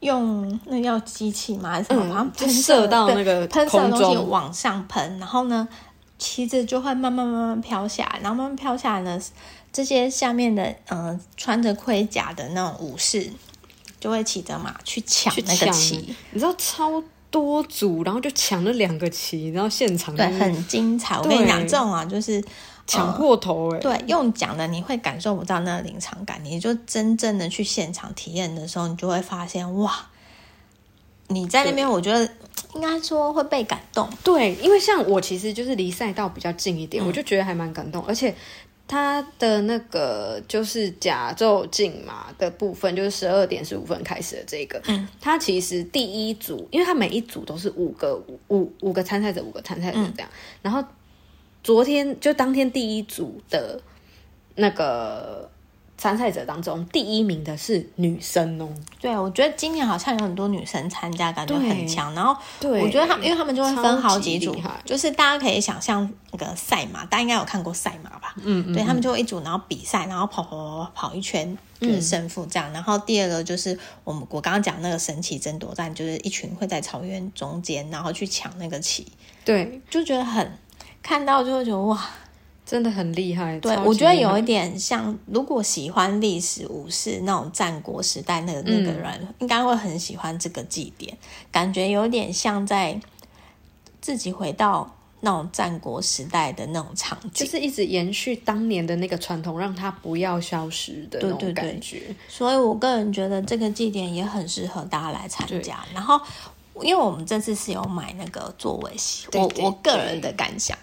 [SPEAKER 1] 用那叫机器嘛还是什么，
[SPEAKER 2] 嗯
[SPEAKER 1] 反正
[SPEAKER 2] 就
[SPEAKER 1] 喷
[SPEAKER 2] 射
[SPEAKER 1] 的
[SPEAKER 2] 到
[SPEAKER 1] 对
[SPEAKER 2] 那个
[SPEAKER 1] 喷射的
[SPEAKER 2] 空
[SPEAKER 1] 东西
[SPEAKER 2] 中
[SPEAKER 1] 往上喷，然后呢，旗子就会慢慢慢慢飘下来，然后慢慢飘下来呢，这些下面的呃穿着盔甲的那种武士就会骑着马去抢
[SPEAKER 2] 去
[SPEAKER 1] 那个
[SPEAKER 2] 抢
[SPEAKER 1] 旗。，
[SPEAKER 2] 你知道超多组，然后就抢了两个旗，然后现场就
[SPEAKER 1] 对，
[SPEAKER 2] 是
[SPEAKER 1] 很精彩。我跟你
[SPEAKER 2] 对
[SPEAKER 1] 讲，这种啊，就是
[SPEAKER 2] 抢
[SPEAKER 1] 呃
[SPEAKER 2] 破头哎、
[SPEAKER 1] 对，用讲的你会感受不到那个临场感，你就真正的去现场体验的时候，你就会发现哇，你在那边，我觉得应该说会被感动。
[SPEAKER 2] 对，因为像我其实就是离赛道比较近一点，
[SPEAKER 1] 嗯
[SPEAKER 2] 我就觉得还蛮感动，而且。它的那个就是甲胄竞马的部分，就是十二点十五分开始的这个，嗯，它其实第一组，因为它每一组都是五个五五五个参赛者，五个参赛
[SPEAKER 1] 嗯
[SPEAKER 2] 者这样。然后昨天就当天第一组的那个参赛者当中第一名的是女生哦，
[SPEAKER 1] 对，我觉得今年好像有很多女生参加，感觉
[SPEAKER 2] 对
[SPEAKER 1] 很强。然后
[SPEAKER 2] 对
[SPEAKER 1] 我觉得他们，因为他们就会分好几
[SPEAKER 2] 超
[SPEAKER 1] 组
[SPEAKER 2] 级厉害，
[SPEAKER 1] 就是大家可以想象那个赛马，大家应该有看过赛马吧？
[SPEAKER 2] 嗯嗯
[SPEAKER 1] 对他们就会一组，然后比赛，然后跑跑跑跑跑一圈。就是胜负这样，然后第二个就是我们我刚刚讲那个神奇争夺战，就是一群会在草原中间，然后去抢那个旗，
[SPEAKER 2] 对，
[SPEAKER 1] 就觉得很看到就会觉得哇，
[SPEAKER 2] 真的很厉害。
[SPEAKER 1] 对
[SPEAKER 2] 超，级
[SPEAKER 1] 我觉得有
[SPEAKER 2] 厉
[SPEAKER 1] 一
[SPEAKER 2] 害
[SPEAKER 1] 点像，如果喜欢历史武士那种战国时代那个那个人，应该会很喜欢这个祭典，感觉有点像在自己回到那种战国时代的那种场景。
[SPEAKER 2] 就是一直延续当年的那个传统，让它不要消失的
[SPEAKER 1] 对
[SPEAKER 2] 那种
[SPEAKER 1] 对对
[SPEAKER 2] 感觉。
[SPEAKER 1] 所以我个人觉得这个祭典也很适合大家来参加。然后，因为我们这次是有买那个座位席，
[SPEAKER 2] 对对
[SPEAKER 1] 我我个
[SPEAKER 2] 对
[SPEAKER 1] 人的感想，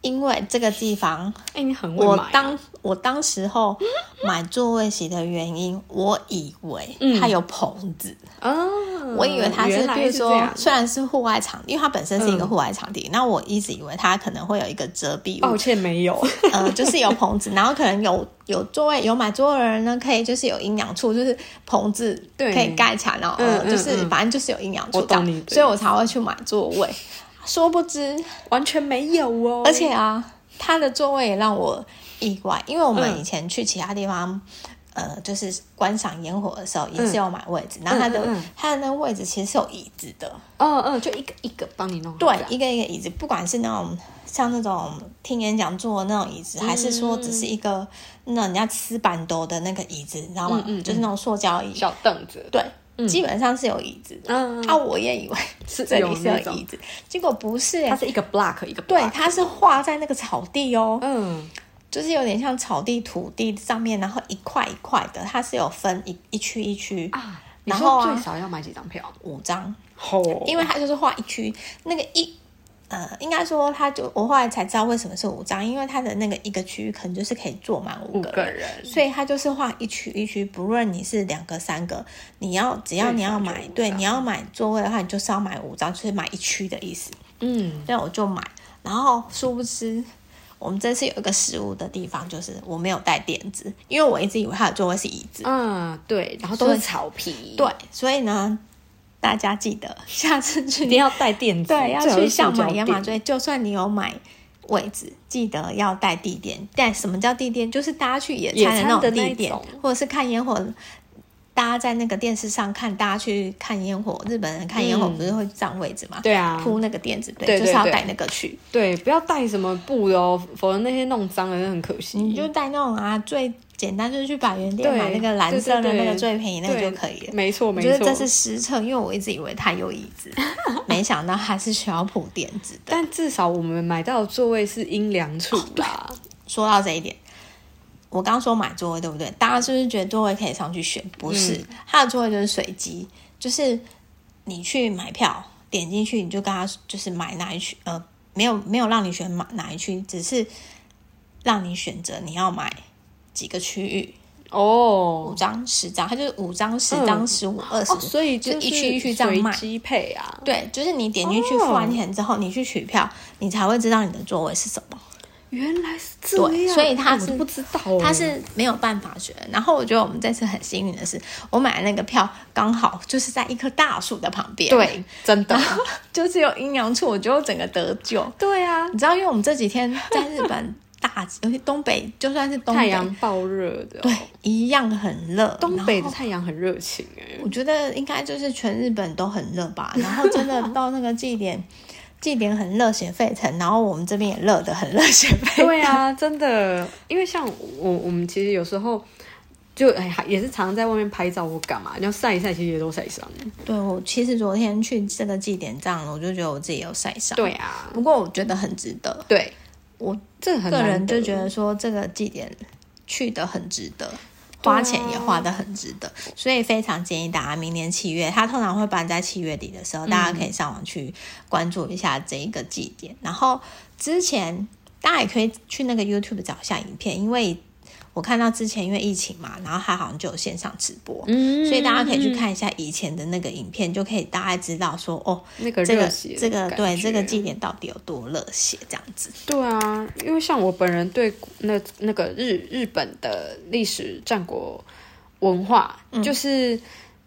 [SPEAKER 1] 因为这个地方
[SPEAKER 2] 哎、你很会
[SPEAKER 1] 我
[SPEAKER 2] 买啊、
[SPEAKER 1] 当我当时 候买座位席的原因，我以为它有棚子，
[SPEAKER 2] 啊，
[SPEAKER 1] 我以为它是
[SPEAKER 2] 嗯原，来
[SPEAKER 1] 比如
[SPEAKER 2] 是
[SPEAKER 1] 说
[SPEAKER 2] 这样嗯
[SPEAKER 1] 虽然是户外场地，因为它本身是一个户外场地，那我一直以为它可能会有一个遮蔽
[SPEAKER 2] 抱
[SPEAKER 1] 物，
[SPEAKER 2] 歉没有，
[SPEAKER 1] 呃，就是有棚子， 然后可能有有座位，有买座位的人呢，可以就是有阴阳处，就是棚子可
[SPEAKER 2] 对
[SPEAKER 1] 以盖起来，然后、呃
[SPEAKER 2] 嗯嗯
[SPEAKER 1] 就是
[SPEAKER 2] 嗯
[SPEAKER 1] 反正就是有阴阳处
[SPEAKER 2] 我
[SPEAKER 1] 这
[SPEAKER 2] 懂
[SPEAKER 1] 样
[SPEAKER 2] 你的
[SPEAKER 1] 所以我才会去买座位。殊不知
[SPEAKER 2] 完全没有 哦。
[SPEAKER 1] 而且啊，他的座位也让我意外，因为我们
[SPEAKER 2] 嗯
[SPEAKER 1] 以前去其他地方，呃，就是观赏烟火的时候也是有买位置，然后他的、
[SPEAKER 2] 嗯嗯嗯嗯
[SPEAKER 1] 他的那个位置其实是有椅子的，
[SPEAKER 2] 嗯嗯，就一个一个帮你弄好这
[SPEAKER 1] 对
[SPEAKER 2] 样。，
[SPEAKER 1] 一个一个椅子，不管是那种像那种听演讲座的那种椅子，还是说只
[SPEAKER 2] 嗯
[SPEAKER 1] 是一个那种人家吃板凳的那个椅子，你知道吗？
[SPEAKER 2] 嗯嗯嗯
[SPEAKER 1] 就是那种塑胶椅，
[SPEAKER 2] 小凳子，
[SPEAKER 1] 对，基本上是有椅子的。
[SPEAKER 2] 嗯，
[SPEAKER 1] 啊，我也以为
[SPEAKER 2] 是
[SPEAKER 1] 这里
[SPEAKER 2] 有
[SPEAKER 1] 是
[SPEAKER 2] 那
[SPEAKER 1] 有
[SPEAKER 2] 种
[SPEAKER 1] 椅子，结果不是、
[SPEAKER 2] 它
[SPEAKER 1] 欸，
[SPEAKER 2] 是一个 block 一个 block，
[SPEAKER 1] 对，它是画在那个草地哦，
[SPEAKER 2] 嗯，
[SPEAKER 1] 就是有点像草地、土地上面，然后一块一块的，它是有分一一区一区
[SPEAKER 2] 啊，你
[SPEAKER 1] 然后
[SPEAKER 2] 说
[SPEAKER 1] 啊
[SPEAKER 2] 最少要买几张票？
[SPEAKER 1] 五张，
[SPEAKER 2] 哦，
[SPEAKER 1] 因为它就是画一区那个一。呃，应该说，它就我后来才知道为什么是五张，因为它的那个一个区域可能就是可以坐满五
[SPEAKER 2] 五
[SPEAKER 1] 个
[SPEAKER 2] 个
[SPEAKER 1] 人，
[SPEAKER 2] 人，
[SPEAKER 1] 所以它就是画一区一区，不论你是两个三个，你要只要
[SPEAKER 2] 最
[SPEAKER 1] 你要
[SPEAKER 2] 少就
[SPEAKER 1] 买
[SPEAKER 2] 五，
[SPEAKER 1] 对，
[SPEAKER 2] 张
[SPEAKER 1] 你要买座位的话，你就是要买五张，就是买一区的意思。
[SPEAKER 2] 嗯，
[SPEAKER 1] 对，我就买。然后殊不知，我们这次有一个失误的地方，就是我没有带垫子，因为我一直以为它的座位是椅子。
[SPEAKER 2] 啊，对，然后都
[SPEAKER 1] 所以
[SPEAKER 2] 是草皮，
[SPEAKER 1] 对，，所以呢，大家记得下次去
[SPEAKER 2] 一定要带垫子，
[SPEAKER 1] 对要
[SPEAKER 2] 最好
[SPEAKER 1] 去
[SPEAKER 2] 是
[SPEAKER 1] 上
[SPEAKER 2] 塑胶
[SPEAKER 1] 买亚马
[SPEAKER 2] 垫
[SPEAKER 1] 逊，就算你有买。位置记得要带地点，带什么叫地点？就是大家去野
[SPEAKER 2] 野
[SPEAKER 1] 餐的那
[SPEAKER 2] 餐的
[SPEAKER 1] 种地
[SPEAKER 2] 那
[SPEAKER 1] 点
[SPEAKER 2] 种，
[SPEAKER 1] 或者是看烟火，大家在那个电视上看，大家去看烟火，日本人看烟火
[SPEAKER 2] 嗯
[SPEAKER 1] 不是会占位置嘛？
[SPEAKER 2] 对啊
[SPEAKER 1] 铺那个垫子，对，
[SPEAKER 2] 对
[SPEAKER 1] 就是要
[SPEAKER 2] 对对
[SPEAKER 1] 带那个去。
[SPEAKER 2] 对，不要带什么布的哦，否则那些弄脏了，那很可惜。
[SPEAKER 1] 你就带那种啊，最简单就是去百元店
[SPEAKER 2] 对
[SPEAKER 1] 买那个蓝色的
[SPEAKER 2] 对对
[SPEAKER 1] 那
[SPEAKER 2] 对
[SPEAKER 1] 个最便宜那个
[SPEAKER 2] 对
[SPEAKER 1] 就可以了。
[SPEAKER 2] 没错，
[SPEAKER 1] 我
[SPEAKER 2] 没
[SPEAKER 1] 觉
[SPEAKER 2] 错，
[SPEAKER 1] 得这是失策，因为我一直以为它有椅 子，没想到它是需要铺垫子的。
[SPEAKER 2] 但至少我们买到的座位是阴凉处啦。
[SPEAKER 1] 说到这一点，我刚说买座位对不对？大家是不是觉得座位可以上去选？不是，
[SPEAKER 2] 嗯
[SPEAKER 1] 它的座位就是随机，就是你去买票点进去，你就跟他就是买哪一区，呃，没有没有让你选买哪一区，只是让你选择你要买几个区域。五
[SPEAKER 2] 哦
[SPEAKER 1] 张、十张，它就是五张、十张、
[SPEAKER 2] 嗯
[SPEAKER 1] 十五、二
[SPEAKER 2] 哦，
[SPEAKER 1] 十。
[SPEAKER 2] 所以
[SPEAKER 1] 就是一区一区这样
[SPEAKER 2] 随
[SPEAKER 1] 卖
[SPEAKER 2] 机配啊。
[SPEAKER 1] 对，就是你点进去
[SPEAKER 2] 哦
[SPEAKER 1] 付完钱之后，你去取票，你才会知道你的座位是什么。
[SPEAKER 2] 原来是这
[SPEAKER 1] 对
[SPEAKER 2] 样，
[SPEAKER 1] 所以它
[SPEAKER 2] 我
[SPEAKER 1] 是
[SPEAKER 2] 都不知道哦，
[SPEAKER 1] 它是没有办法选。然后我觉得我们这次很幸运的是，我买的那个票刚好就是在一棵大树的旁边，，
[SPEAKER 2] 对，真的，
[SPEAKER 1] 就是有阴阳处，我觉得我整个得救。
[SPEAKER 2] 对啊，
[SPEAKER 1] 你知道，因为我们这几天在日本大， 尤其东北，就算是东
[SPEAKER 2] 太
[SPEAKER 1] 北，
[SPEAKER 2] 阳爆热的哦，
[SPEAKER 1] 对，一样很热。
[SPEAKER 2] 东北
[SPEAKER 1] 然后
[SPEAKER 2] 的太阳很热情哎，
[SPEAKER 1] 我觉得应该就是全日本都很热吧，然后真的到那个祭典， 祭典很热血沸腾，然后我们这边也热得很热血沸 腾。
[SPEAKER 2] 对啊，真的，因为像我，我们其实有时候就哎，还也是常常在外面拍照或干嘛，要晒一晒，其实也都晒伤。
[SPEAKER 1] 对我其实昨天去这个祭典这样，我就觉得我自己有晒伤。，
[SPEAKER 2] 对啊，
[SPEAKER 1] 不过我觉得很值得，
[SPEAKER 2] 对，
[SPEAKER 1] 我
[SPEAKER 2] 这很
[SPEAKER 1] 个
[SPEAKER 2] 难
[SPEAKER 1] 人就
[SPEAKER 2] 得
[SPEAKER 1] 觉得说这个祭典去的很值得。花钱也花的很值得，
[SPEAKER 2] 啊
[SPEAKER 1] 所以非常建议大家明年七月，它通常会办在七月底的时候，大
[SPEAKER 2] 嗯
[SPEAKER 1] 家可以上网去关注一下这一个祭典。然后之前大家也可以去那个 YouTube 找一下影片，因为我看到之前因为疫情嘛，然后他好像就有线上直播，
[SPEAKER 2] 嗯
[SPEAKER 1] 所以大家可以去看一下以前的那个影片，就可以大概知道说哦，
[SPEAKER 2] 那个
[SPEAKER 1] 这
[SPEAKER 2] 热
[SPEAKER 1] 个
[SPEAKER 2] 血的
[SPEAKER 1] 这个
[SPEAKER 2] 感
[SPEAKER 1] 对这个
[SPEAKER 2] 觉
[SPEAKER 1] 祭典到底有多热血这样子。
[SPEAKER 2] 对啊，因为像我本人对古那那个日日本的历史战国文化，就是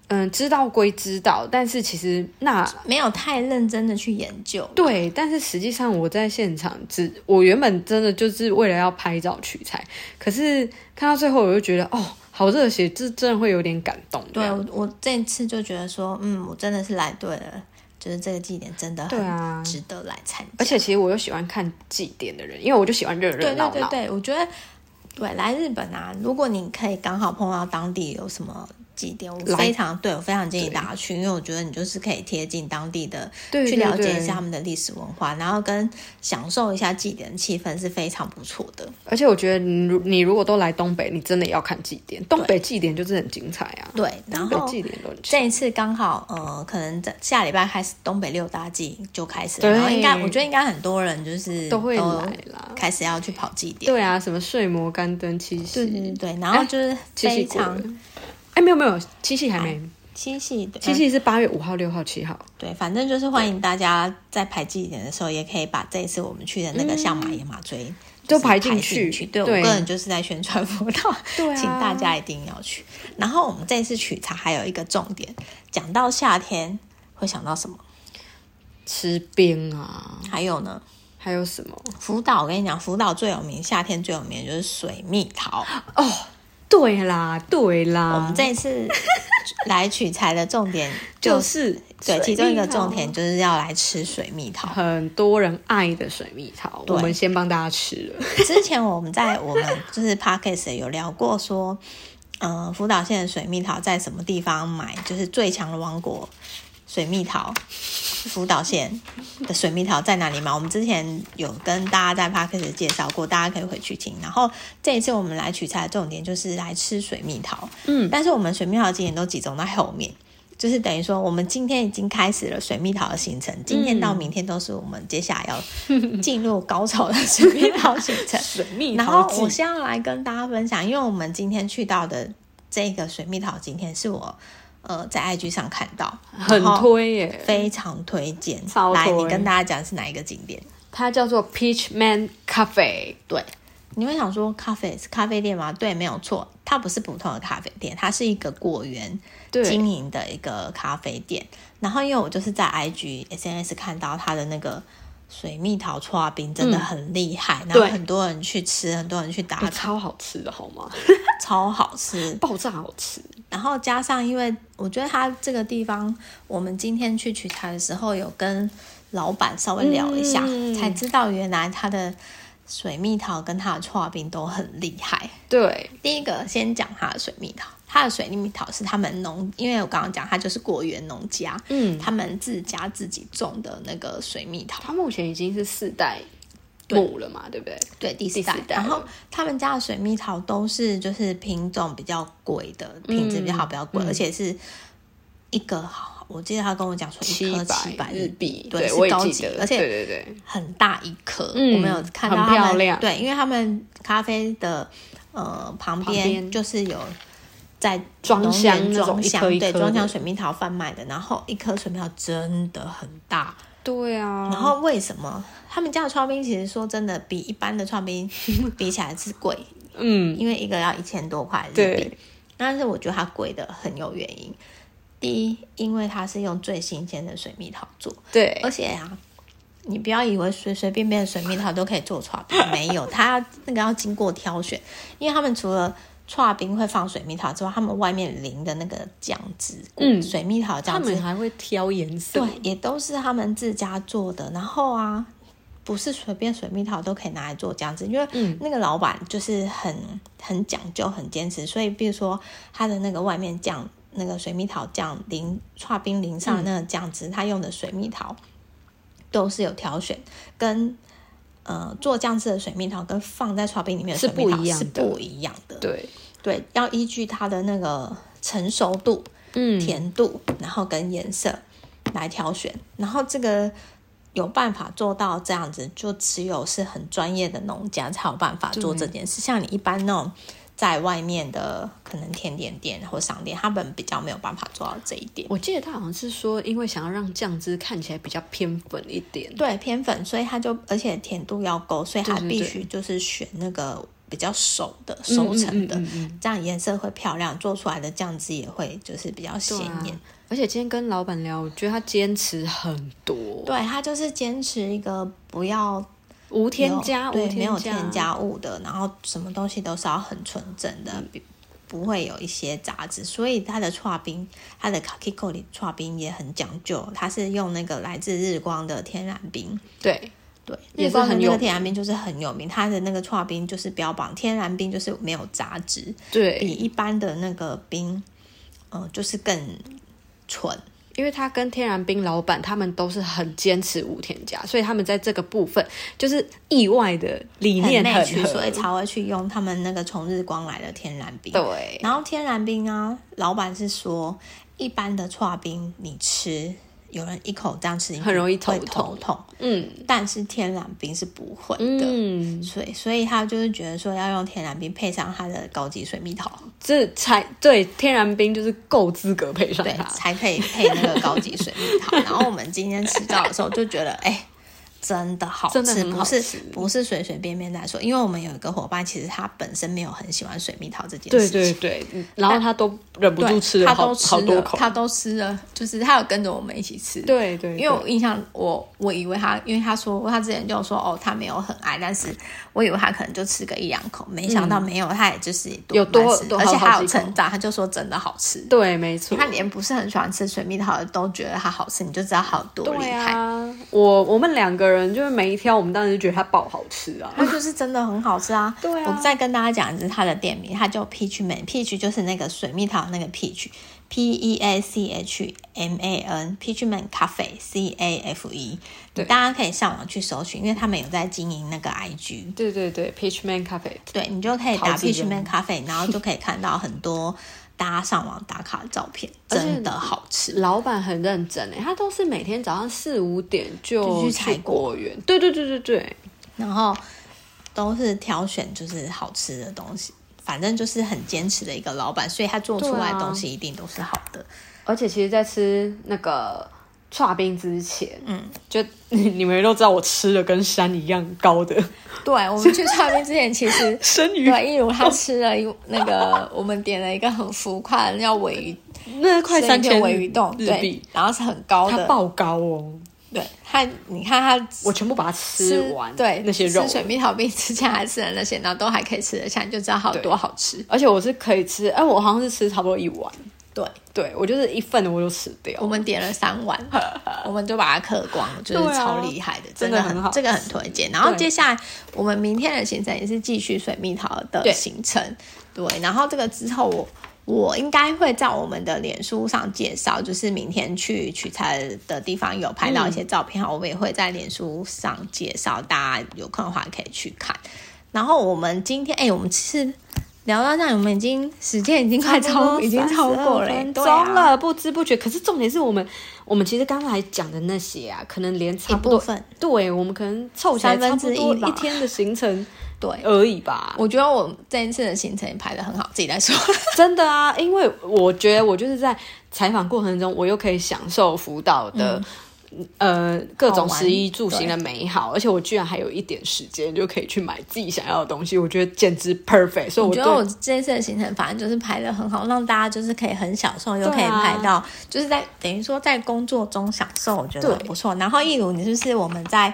[SPEAKER 2] 嗯知道归知道，但是其实那
[SPEAKER 1] 没有太认真的去研究，
[SPEAKER 2] 对，啊但是实际上我在现场只我原本真的就是为了要拍照取材，可是看到最后我就觉得哦，好热血，这真的会有点感动。这
[SPEAKER 1] 对
[SPEAKER 2] 样
[SPEAKER 1] 我我这次就觉得说，嗯，我真的是来对了，就是这个祭典真的
[SPEAKER 2] 对
[SPEAKER 1] 很
[SPEAKER 2] 啊，
[SPEAKER 1] 值得来参加。
[SPEAKER 2] 而且其实我又喜欢看祭典的人，因为我就喜欢热热
[SPEAKER 1] 对对
[SPEAKER 2] 闹
[SPEAKER 1] 对
[SPEAKER 2] 闹。
[SPEAKER 1] 对，我觉得对来日本啊，如果你可以刚好碰到当地有什么祭典，我
[SPEAKER 2] 来
[SPEAKER 1] 非常对我非常建议
[SPEAKER 2] 对
[SPEAKER 1] 大家去，因为我觉得你就是可以贴近当地的，
[SPEAKER 2] 对
[SPEAKER 1] 去
[SPEAKER 2] 对
[SPEAKER 1] 了解
[SPEAKER 2] 对
[SPEAKER 1] 一下他们的历史文化，然后跟享受一下祭典的气氛是非常不错的。
[SPEAKER 2] 而且我觉得你如你如果都来东北，你真的要看祭典，东北祭典就是很精彩啊。
[SPEAKER 1] 对，然
[SPEAKER 2] 东北
[SPEAKER 1] 后
[SPEAKER 2] 祭典都很强。
[SPEAKER 1] 这一次刚好呃，可能在下礼拜开始东北六大祭就开始，
[SPEAKER 2] 对
[SPEAKER 1] 然后应该我觉得应该很多人就是
[SPEAKER 2] 都会来啦
[SPEAKER 1] 开始要去跑祭典。
[SPEAKER 2] 对啊，什么睡魔干灯七
[SPEAKER 1] 对
[SPEAKER 2] 夕，
[SPEAKER 1] 对对，然后就是
[SPEAKER 2] 七夕
[SPEAKER 1] 非
[SPEAKER 2] 哎过了
[SPEAKER 1] 常。哎
[SPEAKER 2] 哎，没有没有，七夕还没，
[SPEAKER 1] 七夕的，
[SPEAKER 2] 七夕是八月五号、六号、七号。
[SPEAKER 1] 对，反正就是欢迎大家在排祭典的时候，也可以把这一次我们去的那个象马野马追。
[SPEAKER 2] 就是嗯排
[SPEAKER 1] 排
[SPEAKER 2] 进去
[SPEAKER 1] 去对我
[SPEAKER 2] 对
[SPEAKER 1] 个人就是在宣传辅导，
[SPEAKER 2] 对啊
[SPEAKER 1] 请大家一定要去。然后我们这次取材还有一个重点，讲到夏天会想到什么？
[SPEAKER 2] 吃冰啊，
[SPEAKER 1] 还有呢，
[SPEAKER 2] 还有什么？
[SPEAKER 1] 福岛，我跟你讲，福岛最有名，夏天最有名的就是水蜜桃。
[SPEAKER 2] 对啦，对啦，
[SPEAKER 1] 我们这一次来取材的重点
[SPEAKER 2] 就
[SPEAKER 1] 就是，
[SPEAKER 2] 是
[SPEAKER 1] 对，其中一个
[SPEAKER 2] 水蜜桃
[SPEAKER 1] 重点就是要来吃水蜜桃。
[SPEAKER 2] 很多人爱的水蜜桃，
[SPEAKER 1] 对
[SPEAKER 2] 我们先帮大家 吃了。
[SPEAKER 1] 之前我们在我们就是 podcast 有聊过说，呃，福岛县的水蜜桃在什么地方买，就是最强的王国水蜜桃， 福岛县的水蜜桃在哪里买？我们之前有跟大家在 podcast 介绍过，大家可以回去听。然后这一次我们来取材的重点就是来吃水蜜桃，
[SPEAKER 2] 嗯，
[SPEAKER 1] 但是我们水蜜桃景点都集中在后面。就是等于说，我们今天已经开始了水蜜桃的行程，今天到明天都是我们接下来要进入高潮的水蜜桃行 程。
[SPEAKER 2] 水蜜
[SPEAKER 1] 然后
[SPEAKER 2] 桃季
[SPEAKER 1] 我先要来跟大家分享，因为我们今天去到的这个水蜜桃，今天是我呃在 IG 上看到，
[SPEAKER 2] 很
[SPEAKER 1] 然后
[SPEAKER 2] 推耶，
[SPEAKER 1] 非常推荐
[SPEAKER 2] 超。
[SPEAKER 1] 来，
[SPEAKER 2] 推
[SPEAKER 1] 你跟大家讲是哪一个景点？
[SPEAKER 2] 它叫做 Peach Man Cafe。
[SPEAKER 1] 对，你会想说咖啡是咖啡店吗？对，没有错，它不是普通的咖啡店，它是一个果园
[SPEAKER 2] 对哎
[SPEAKER 1] 经营的一个咖啡店。然后因为我就是在 IG SNS 看到它的那个。水蜜桃刨冰真的很厉害，然后
[SPEAKER 2] 嗯对
[SPEAKER 1] 很多人去吃，很多人去打
[SPEAKER 2] 欸
[SPEAKER 1] 卡，
[SPEAKER 2] 超好吃的好吗？
[SPEAKER 1] 超好吃。
[SPEAKER 2] 爆炸好吃，
[SPEAKER 1] 然后加上，因为我觉得它这个地方，我们今天去取材的时候有跟老板稍微聊一下，
[SPEAKER 2] 嗯
[SPEAKER 1] 才知道原来它的水蜜桃跟它的刨冰都很厉害。
[SPEAKER 2] 对，
[SPEAKER 1] 第一个先讲它的水蜜桃，它的水蜜桃是他们农，因为我刚刚讲它就是果园农家，
[SPEAKER 2] 嗯，
[SPEAKER 1] 他们自家自己种的那个水蜜桃。
[SPEAKER 2] 它目前已经是四代母了嘛，对不对？
[SPEAKER 1] 对，第
[SPEAKER 2] 第
[SPEAKER 1] 四代。
[SPEAKER 2] 四代
[SPEAKER 1] 然后
[SPEAKER 2] 了
[SPEAKER 1] 他们家的水蜜桃都是就是品种比较贵的，品质比较好，比较
[SPEAKER 2] 嗯
[SPEAKER 1] 贵，而且是一个好，我记得他跟我讲说一颗七百
[SPEAKER 2] 百日币，
[SPEAKER 1] 对，
[SPEAKER 2] 我
[SPEAKER 1] 是
[SPEAKER 2] 也
[SPEAKER 1] 高
[SPEAKER 2] 记
[SPEAKER 1] 级
[SPEAKER 2] 得，，
[SPEAKER 1] 而且
[SPEAKER 2] 对对对，
[SPEAKER 1] 很大一颗。
[SPEAKER 2] 嗯
[SPEAKER 1] 我们有看到
[SPEAKER 2] 很
[SPEAKER 1] 他们
[SPEAKER 2] 漂亮
[SPEAKER 1] 对，因为他们咖啡的呃旁
[SPEAKER 2] 旁边
[SPEAKER 1] 边就是有。在
[SPEAKER 2] 装
[SPEAKER 1] 农
[SPEAKER 2] 箱
[SPEAKER 1] 园
[SPEAKER 2] 那种
[SPEAKER 1] 装
[SPEAKER 2] 一
[SPEAKER 1] 箱
[SPEAKER 2] 颗一
[SPEAKER 1] 对
[SPEAKER 2] 颗
[SPEAKER 1] 装
[SPEAKER 2] 的
[SPEAKER 1] 箱水蜜桃贩卖的，然后一颗水蜜桃真的很大，
[SPEAKER 2] 对啊，
[SPEAKER 1] 然后为什么他们家的刨冰其实说真的比一般的刨 冰比起来是贵，
[SPEAKER 2] 嗯，
[SPEAKER 1] 因为一个要一千多块日币
[SPEAKER 2] 对。，
[SPEAKER 1] 但是我觉得它贵的很有原因。第一，因为它是用最新鲜的水蜜桃做，
[SPEAKER 2] 对
[SPEAKER 1] 而，且啊，你不要以为随随便便的水蜜桃都可以做刨冰，没有，它那个要经过挑选，因为他们除了刨冰会放水蜜桃之外，他们外面淋的那个酱汁，
[SPEAKER 2] 嗯
[SPEAKER 1] 水蜜桃
[SPEAKER 2] 他
[SPEAKER 1] 酱汁
[SPEAKER 2] 们还会挑颜色，
[SPEAKER 1] 对，也都是他们自家做的。然后啊，不是随便水蜜桃都可以拿来做这样子，因为
[SPEAKER 2] 嗯
[SPEAKER 1] 那个老板就是很很讲究、很坚持，所以比如说他的那个外面酱，那个水蜜桃酱淋刨冰淋上的那个酱汁，他用的水蜜桃都是有挑选跟。呃，做酱汁的水蜜桃跟放在刨冰里面的
[SPEAKER 2] 是
[SPEAKER 1] 水蜜
[SPEAKER 2] 不
[SPEAKER 1] 桃
[SPEAKER 2] 一样
[SPEAKER 1] 是
[SPEAKER 2] 的
[SPEAKER 1] 不一样的，
[SPEAKER 2] 对，
[SPEAKER 1] 对，要依据它的那个成熟度，
[SPEAKER 2] 嗯，
[SPEAKER 1] 甜度，然后跟颜色来挑选。然后这个有办法做到这样子，就只有是很专业的农家才有办法做这件事。像你一般那种在外面的可能甜点店或商店，他们比较没有办法做到这一点。
[SPEAKER 2] 我记得他好像是说，因为想要让酱汁看起来比较偏粉一点，
[SPEAKER 1] 对偏粉，所以它就而且甜度要够，所以它
[SPEAKER 2] 对对
[SPEAKER 1] 必
[SPEAKER 2] 对
[SPEAKER 1] 须就是选那个比较熟的、熟成的，
[SPEAKER 2] 嗯嗯嗯
[SPEAKER 1] 这样颜色会漂亮，做出来的酱汁也会就是比较
[SPEAKER 2] 对
[SPEAKER 1] 显
[SPEAKER 2] 啊
[SPEAKER 1] 眼。。
[SPEAKER 2] 而且今天跟老板聊，我觉得他坚持很多，，
[SPEAKER 1] 对，它就是坚持一个不要
[SPEAKER 2] 无添
[SPEAKER 1] 有
[SPEAKER 2] 加，无
[SPEAKER 1] 对，没有
[SPEAKER 2] 添
[SPEAKER 1] 添加物的，然后什么东西都是要很纯正的，比不会有一些杂质。所以它的刨冰，它的 kakiko 里刨冰也很讲究，它是用那个来自日光的天然冰。
[SPEAKER 2] 对，
[SPEAKER 1] 对，日
[SPEAKER 2] 也是
[SPEAKER 1] 光的
[SPEAKER 2] 很
[SPEAKER 1] 那
[SPEAKER 2] 有
[SPEAKER 1] 个
[SPEAKER 2] 名
[SPEAKER 1] 天然冰就是很有名，它的那个刨冰就是标榜天然冰就是没有杂质，比
[SPEAKER 2] 对，
[SPEAKER 1] 一般的那个冰，呃，就是更纯。
[SPEAKER 2] 因为他跟天然冰老板他们都是很坚持无添加，所以他们在这个部分就是意外的理念
[SPEAKER 1] 很 match，
[SPEAKER 2] 很合，
[SPEAKER 1] 所以才会去用他们那个从日光来的天然冰。
[SPEAKER 2] 对，
[SPEAKER 1] 然后天然冰啊，老板是说，一般的刨冰你吃，有人一口这样吃，你
[SPEAKER 2] 很容易头
[SPEAKER 1] 会
[SPEAKER 2] 痛
[SPEAKER 1] 头痛，
[SPEAKER 2] 嗯
[SPEAKER 1] 但是天然冰是不会的。
[SPEAKER 2] 嗯，
[SPEAKER 1] 所以，所以他就是觉得说要用天然冰配上他的高级水蜜桃，
[SPEAKER 2] 这才对天然冰就是够资格配上
[SPEAKER 1] 对，
[SPEAKER 2] 它，
[SPEAKER 1] 才可以配那个高级水蜜 桃。然后我们今天吃到的时候就觉得，哎、真的好吃，
[SPEAKER 2] 真的很好
[SPEAKER 1] 不
[SPEAKER 2] 吃
[SPEAKER 1] 是不是随随便便来说，因为我们有一个伙伴，其实他本身没有很喜欢水蜜桃这件事
[SPEAKER 2] 对
[SPEAKER 1] 情，
[SPEAKER 2] 对对，嗯然后他都忍不
[SPEAKER 1] 对
[SPEAKER 2] 住吃了
[SPEAKER 1] 他
[SPEAKER 2] 好
[SPEAKER 1] 都吃
[SPEAKER 2] 好多
[SPEAKER 1] 了
[SPEAKER 2] 口，
[SPEAKER 1] 他都吃了，就是他有跟着我们一起吃。，
[SPEAKER 2] 对对，
[SPEAKER 1] 因为
[SPEAKER 2] 对
[SPEAKER 1] 我印象，我我以为他，因为他说他之前就说哦，他没有很爱，但是我以为他可能就吃个一两口，没想到没有，他也就是
[SPEAKER 2] 嗯有多
[SPEAKER 1] 慢吃
[SPEAKER 2] 多
[SPEAKER 1] 而且
[SPEAKER 2] 好好
[SPEAKER 1] 他有
[SPEAKER 2] 几口
[SPEAKER 1] 成长，他就说真的好吃。
[SPEAKER 2] 对没错
[SPEAKER 1] 他，连不是很喜欢吃水蜜桃的都觉得它好吃，你就知道它有多厉
[SPEAKER 2] 对
[SPEAKER 1] 害。
[SPEAKER 2] 啊，我我们两个人就是每一挑，我们当时就觉得它爆好吃啊，
[SPEAKER 1] 它就是真的很好吃啊！
[SPEAKER 2] 对啊
[SPEAKER 1] 我再跟大家讲，就是它的店名，它叫 Peach Man，Peach 就是那个水蜜桃那个 Peach，P E A C H M A N，Peach Man Cafe C A F E，
[SPEAKER 2] 对
[SPEAKER 1] 你大家可以上网去搜寻，因为他们有在经营那个 IG，
[SPEAKER 2] 对对对，Peachman Cafe，
[SPEAKER 1] 对你就可以
[SPEAKER 2] 桃
[SPEAKER 1] 打
[SPEAKER 2] 子
[SPEAKER 1] Peach
[SPEAKER 2] 园
[SPEAKER 1] Man Cafe，然后就可以看到很多大家上网打卡的照片，
[SPEAKER 2] 而且
[SPEAKER 1] 真的好吃。
[SPEAKER 2] 老板很认真欸诶，他都是每天早上四五点就
[SPEAKER 1] 就去采果
[SPEAKER 2] 果园，对对对对对，
[SPEAKER 1] 然后都是挑选就是好吃的东西，反正就是很坚持的一个老板，所以他做出来的
[SPEAKER 2] 对啊
[SPEAKER 1] 东西一定都是好的。
[SPEAKER 2] 而且其实，在吃那个刨冰之前，嗯，就你们都知道我吃的跟山一样高的
[SPEAKER 1] 对，我们去川边之前，其实
[SPEAKER 2] 生 鱼，
[SPEAKER 1] 对，一如他吃了一那个，我们点了一个很浮夸的叫尾鱼，
[SPEAKER 2] 那快
[SPEAKER 1] 是一
[SPEAKER 2] 三
[SPEAKER 1] 个
[SPEAKER 2] 千
[SPEAKER 1] 尾鱼冻，
[SPEAKER 2] 日
[SPEAKER 1] 对
[SPEAKER 2] 币，，
[SPEAKER 1] 然后是很高
[SPEAKER 2] 它
[SPEAKER 1] 的，
[SPEAKER 2] 爆高哦，
[SPEAKER 1] 对，他你看他
[SPEAKER 2] 我全部把它吃完，
[SPEAKER 1] 对
[SPEAKER 2] 那些肉
[SPEAKER 1] 吃。水蜜桃冰之前还吃了那些，然后都还可以吃得下，你就知道好多好吃。
[SPEAKER 2] 而且我是可以吃，哎、我好像是吃差不多一碗，
[SPEAKER 1] 对，
[SPEAKER 2] 对我就是一份我就吃掉
[SPEAKER 1] 我。们点了三 碗，我们就把它嗑光了，就是
[SPEAKER 2] 对啊
[SPEAKER 1] 超厉害的，
[SPEAKER 2] 真的
[SPEAKER 1] 的
[SPEAKER 2] 很好
[SPEAKER 1] 这个很推荐。然后
[SPEAKER 2] 对
[SPEAKER 1] 接下来我们明天的行程也是继续水蜜桃
[SPEAKER 2] 对
[SPEAKER 1] 的行程，对。然后这个之后我我应该会在我们的脸书上介绍，就是明天去取材的地方有拍到一些
[SPEAKER 2] 嗯
[SPEAKER 1] 照片，我们也会在脸书上介绍，大家有空的话可以去看。然后我们今天，哎、我们其实聊到这样，我们已经时间已经快超，已经超过了、
[SPEAKER 2] 分
[SPEAKER 1] 对
[SPEAKER 2] 钟
[SPEAKER 1] 啊
[SPEAKER 2] 了，不知不觉。可是重点是我们，我们其实刚才讲的那些啊，可能连差不
[SPEAKER 1] 一
[SPEAKER 2] 多
[SPEAKER 1] 部分，
[SPEAKER 2] 对我们可能凑起来
[SPEAKER 1] 三
[SPEAKER 2] 差
[SPEAKER 1] 分
[SPEAKER 2] 不
[SPEAKER 1] 之一
[SPEAKER 2] 多
[SPEAKER 1] 吧
[SPEAKER 2] 一天的行程
[SPEAKER 1] 对。
[SPEAKER 2] 而已吧。
[SPEAKER 1] 我觉得我这一次的行程也排的很好，自己来说。
[SPEAKER 2] 真的啊，因为我觉得我就是在采访过程中，我又可以享受辅导的、呃各种
[SPEAKER 1] 好玩
[SPEAKER 2] 食衣住行的美好，而且我居然还有一点时间就可以去买自己想要的东西，我觉得简直 perfect。所以
[SPEAKER 1] 我觉
[SPEAKER 2] 哦对
[SPEAKER 1] 得我这一次的行程反正就是排的很好，让大家就是可以很享受，又可以
[SPEAKER 2] 啊
[SPEAKER 1] 拍到，就是在等于说在工作中享受，我觉得
[SPEAKER 2] 对
[SPEAKER 1] 不错。然后，一如你是不是我们在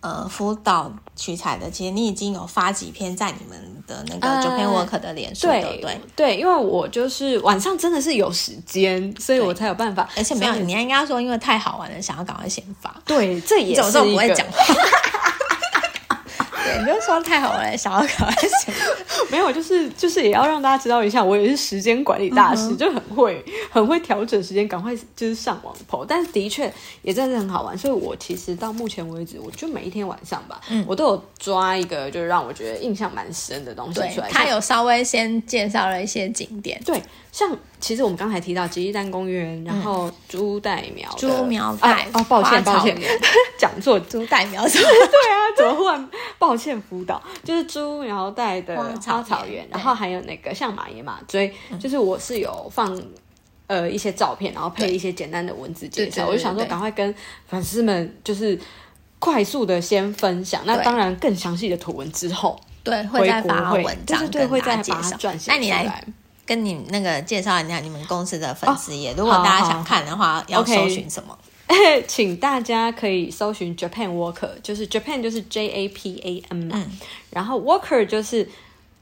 [SPEAKER 1] 呃辅导取材的，其实你已经有发几篇在你们的那
[SPEAKER 2] 呃
[SPEAKER 1] 个九篇 work 的脸书，对
[SPEAKER 2] 对
[SPEAKER 1] 不对？
[SPEAKER 2] 对，因为我就是晚上真的是有时间，所以
[SPEAKER 1] 对
[SPEAKER 2] 我才有办法。
[SPEAKER 1] 而且没有，
[SPEAKER 2] 所以
[SPEAKER 1] 你应该说因为太好玩了，想要赶快先发。
[SPEAKER 2] 对，这也
[SPEAKER 1] 你怎么
[SPEAKER 2] 是
[SPEAKER 1] 这么
[SPEAKER 2] 一
[SPEAKER 1] 不会
[SPEAKER 2] 个
[SPEAKER 1] 讲话？ 对，你就说太好玩了，想要赶快先发。
[SPEAKER 2] 没有，就是就是也要让大家知道一下，我也是时间管理大
[SPEAKER 1] 嗯
[SPEAKER 2] 师，就很会很会调整时间，赶快就是上网跑。但是的确也真的是很好玩，所以我其实到目前为止，我就每一天晚上吧，
[SPEAKER 1] 嗯
[SPEAKER 2] 我都有抓一个就是让我觉得印象蛮深的东西
[SPEAKER 1] 对
[SPEAKER 2] 出来。，
[SPEAKER 1] 他
[SPEAKER 2] 像
[SPEAKER 1] 有稍微先介绍了一些景点，
[SPEAKER 2] 对，像其实我们刚才提到吉利丹公园，然后朱代苗的、
[SPEAKER 1] 朱嗯苗代
[SPEAKER 2] 啊哦，抱歉
[SPEAKER 1] 花
[SPEAKER 2] 抱
[SPEAKER 1] 草
[SPEAKER 2] 歉
[SPEAKER 1] 园，
[SPEAKER 2] 讲错，
[SPEAKER 1] 朱代苗什么？
[SPEAKER 2] 对啊，怎么忽然抱县福岛， 就是猪苗代的
[SPEAKER 1] 花草嗯
[SPEAKER 2] 花草原
[SPEAKER 1] 原，
[SPEAKER 2] 然后还有那个像马野马追，就是我是有放。呃，一些照片，然后配一些简单的文字介
[SPEAKER 1] 对对对
[SPEAKER 2] 绍，
[SPEAKER 1] 对
[SPEAKER 2] 我就想说
[SPEAKER 1] 对
[SPEAKER 2] 赶快跟粉丝们就是快速的先分享。那
[SPEAKER 1] 对
[SPEAKER 2] 当然，更详细的图文之后，
[SPEAKER 1] 对，会再
[SPEAKER 2] 回国
[SPEAKER 1] 发
[SPEAKER 2] 会
[SPEAKER 1] 文章
[SPEAKER 2] 对
[SPEAKER 1] 跟
[SPEAKER 2] 对对，会
[SPEAKER 1] 大
[SPEAKER 2] 再
[SPEAKER 1] 家
[SPEAKER 2] 把
[SPEAKER 1] 介绍。
[SPEAKER 2] 它撰写
[SPEAKER 1] 那你
[SPEAKER 2] 出
[SPEAKER 1] 来跟你那个介绍一下你们公司的粉丝页，如果
[SPEAKER 2] 好
[SPEAKER 1] 大家
[SPEAKER 2] 好
[SPEAKER 1] 想看的话，要
[SPEAKER 2] OK
[SPEAKER 1] 搜寻什么？
[SPEAKER 2] 请大家可以搜寻 Japan Walker，就是 Japan 就是 J A P A N 嘛，
[SPEAKER 1] 嗯
[SPEAKER 2] 然后 Walker 就是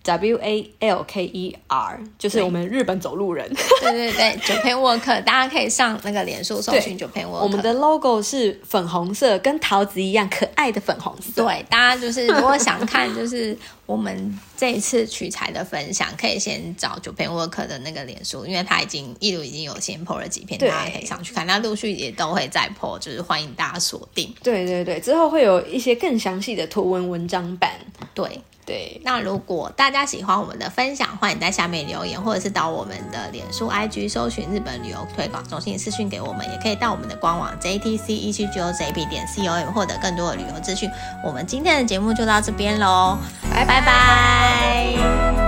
[SPEAKER 2] W A L K E R，就是我们日本走路人。
[SPEAKER 1] 对对对，Japan Work，大家可以上那个脸书搜寻 Japan Work。
[SPEAKER 2] 我们的 logo 是粉红色，跟桃子一样可爱的粉红色。
[SPEAKER 1] 对大家就是如果想看，就是我们这一次取材的分享，可以先找 Japan Work 的那个脸书，因为他已经一路已经有先 po 了几篇，大
[SPEAKER 2] 对
[SPEAKER 1] 家可以上去看。那陆续也都会再 po，就是欢迎大家锁定。
[SPEAKER 2] 对对对，之后会有一些更详细的图文文章版。
[SPEAKER 1] 对，
[SPEAKER 2] 对，
[SPEAKER 1] 那如果大家喜欢我们的分享，欢迎在下面留言，或者是到我们的脸书、IG 搜寻日本旅游推广中心私讯给我们，也可以到我们的官网 JTC 一 E 七九 JP 点 E com 获得更多的旅游资讯。我们今天的节目就到这边喽，拜拜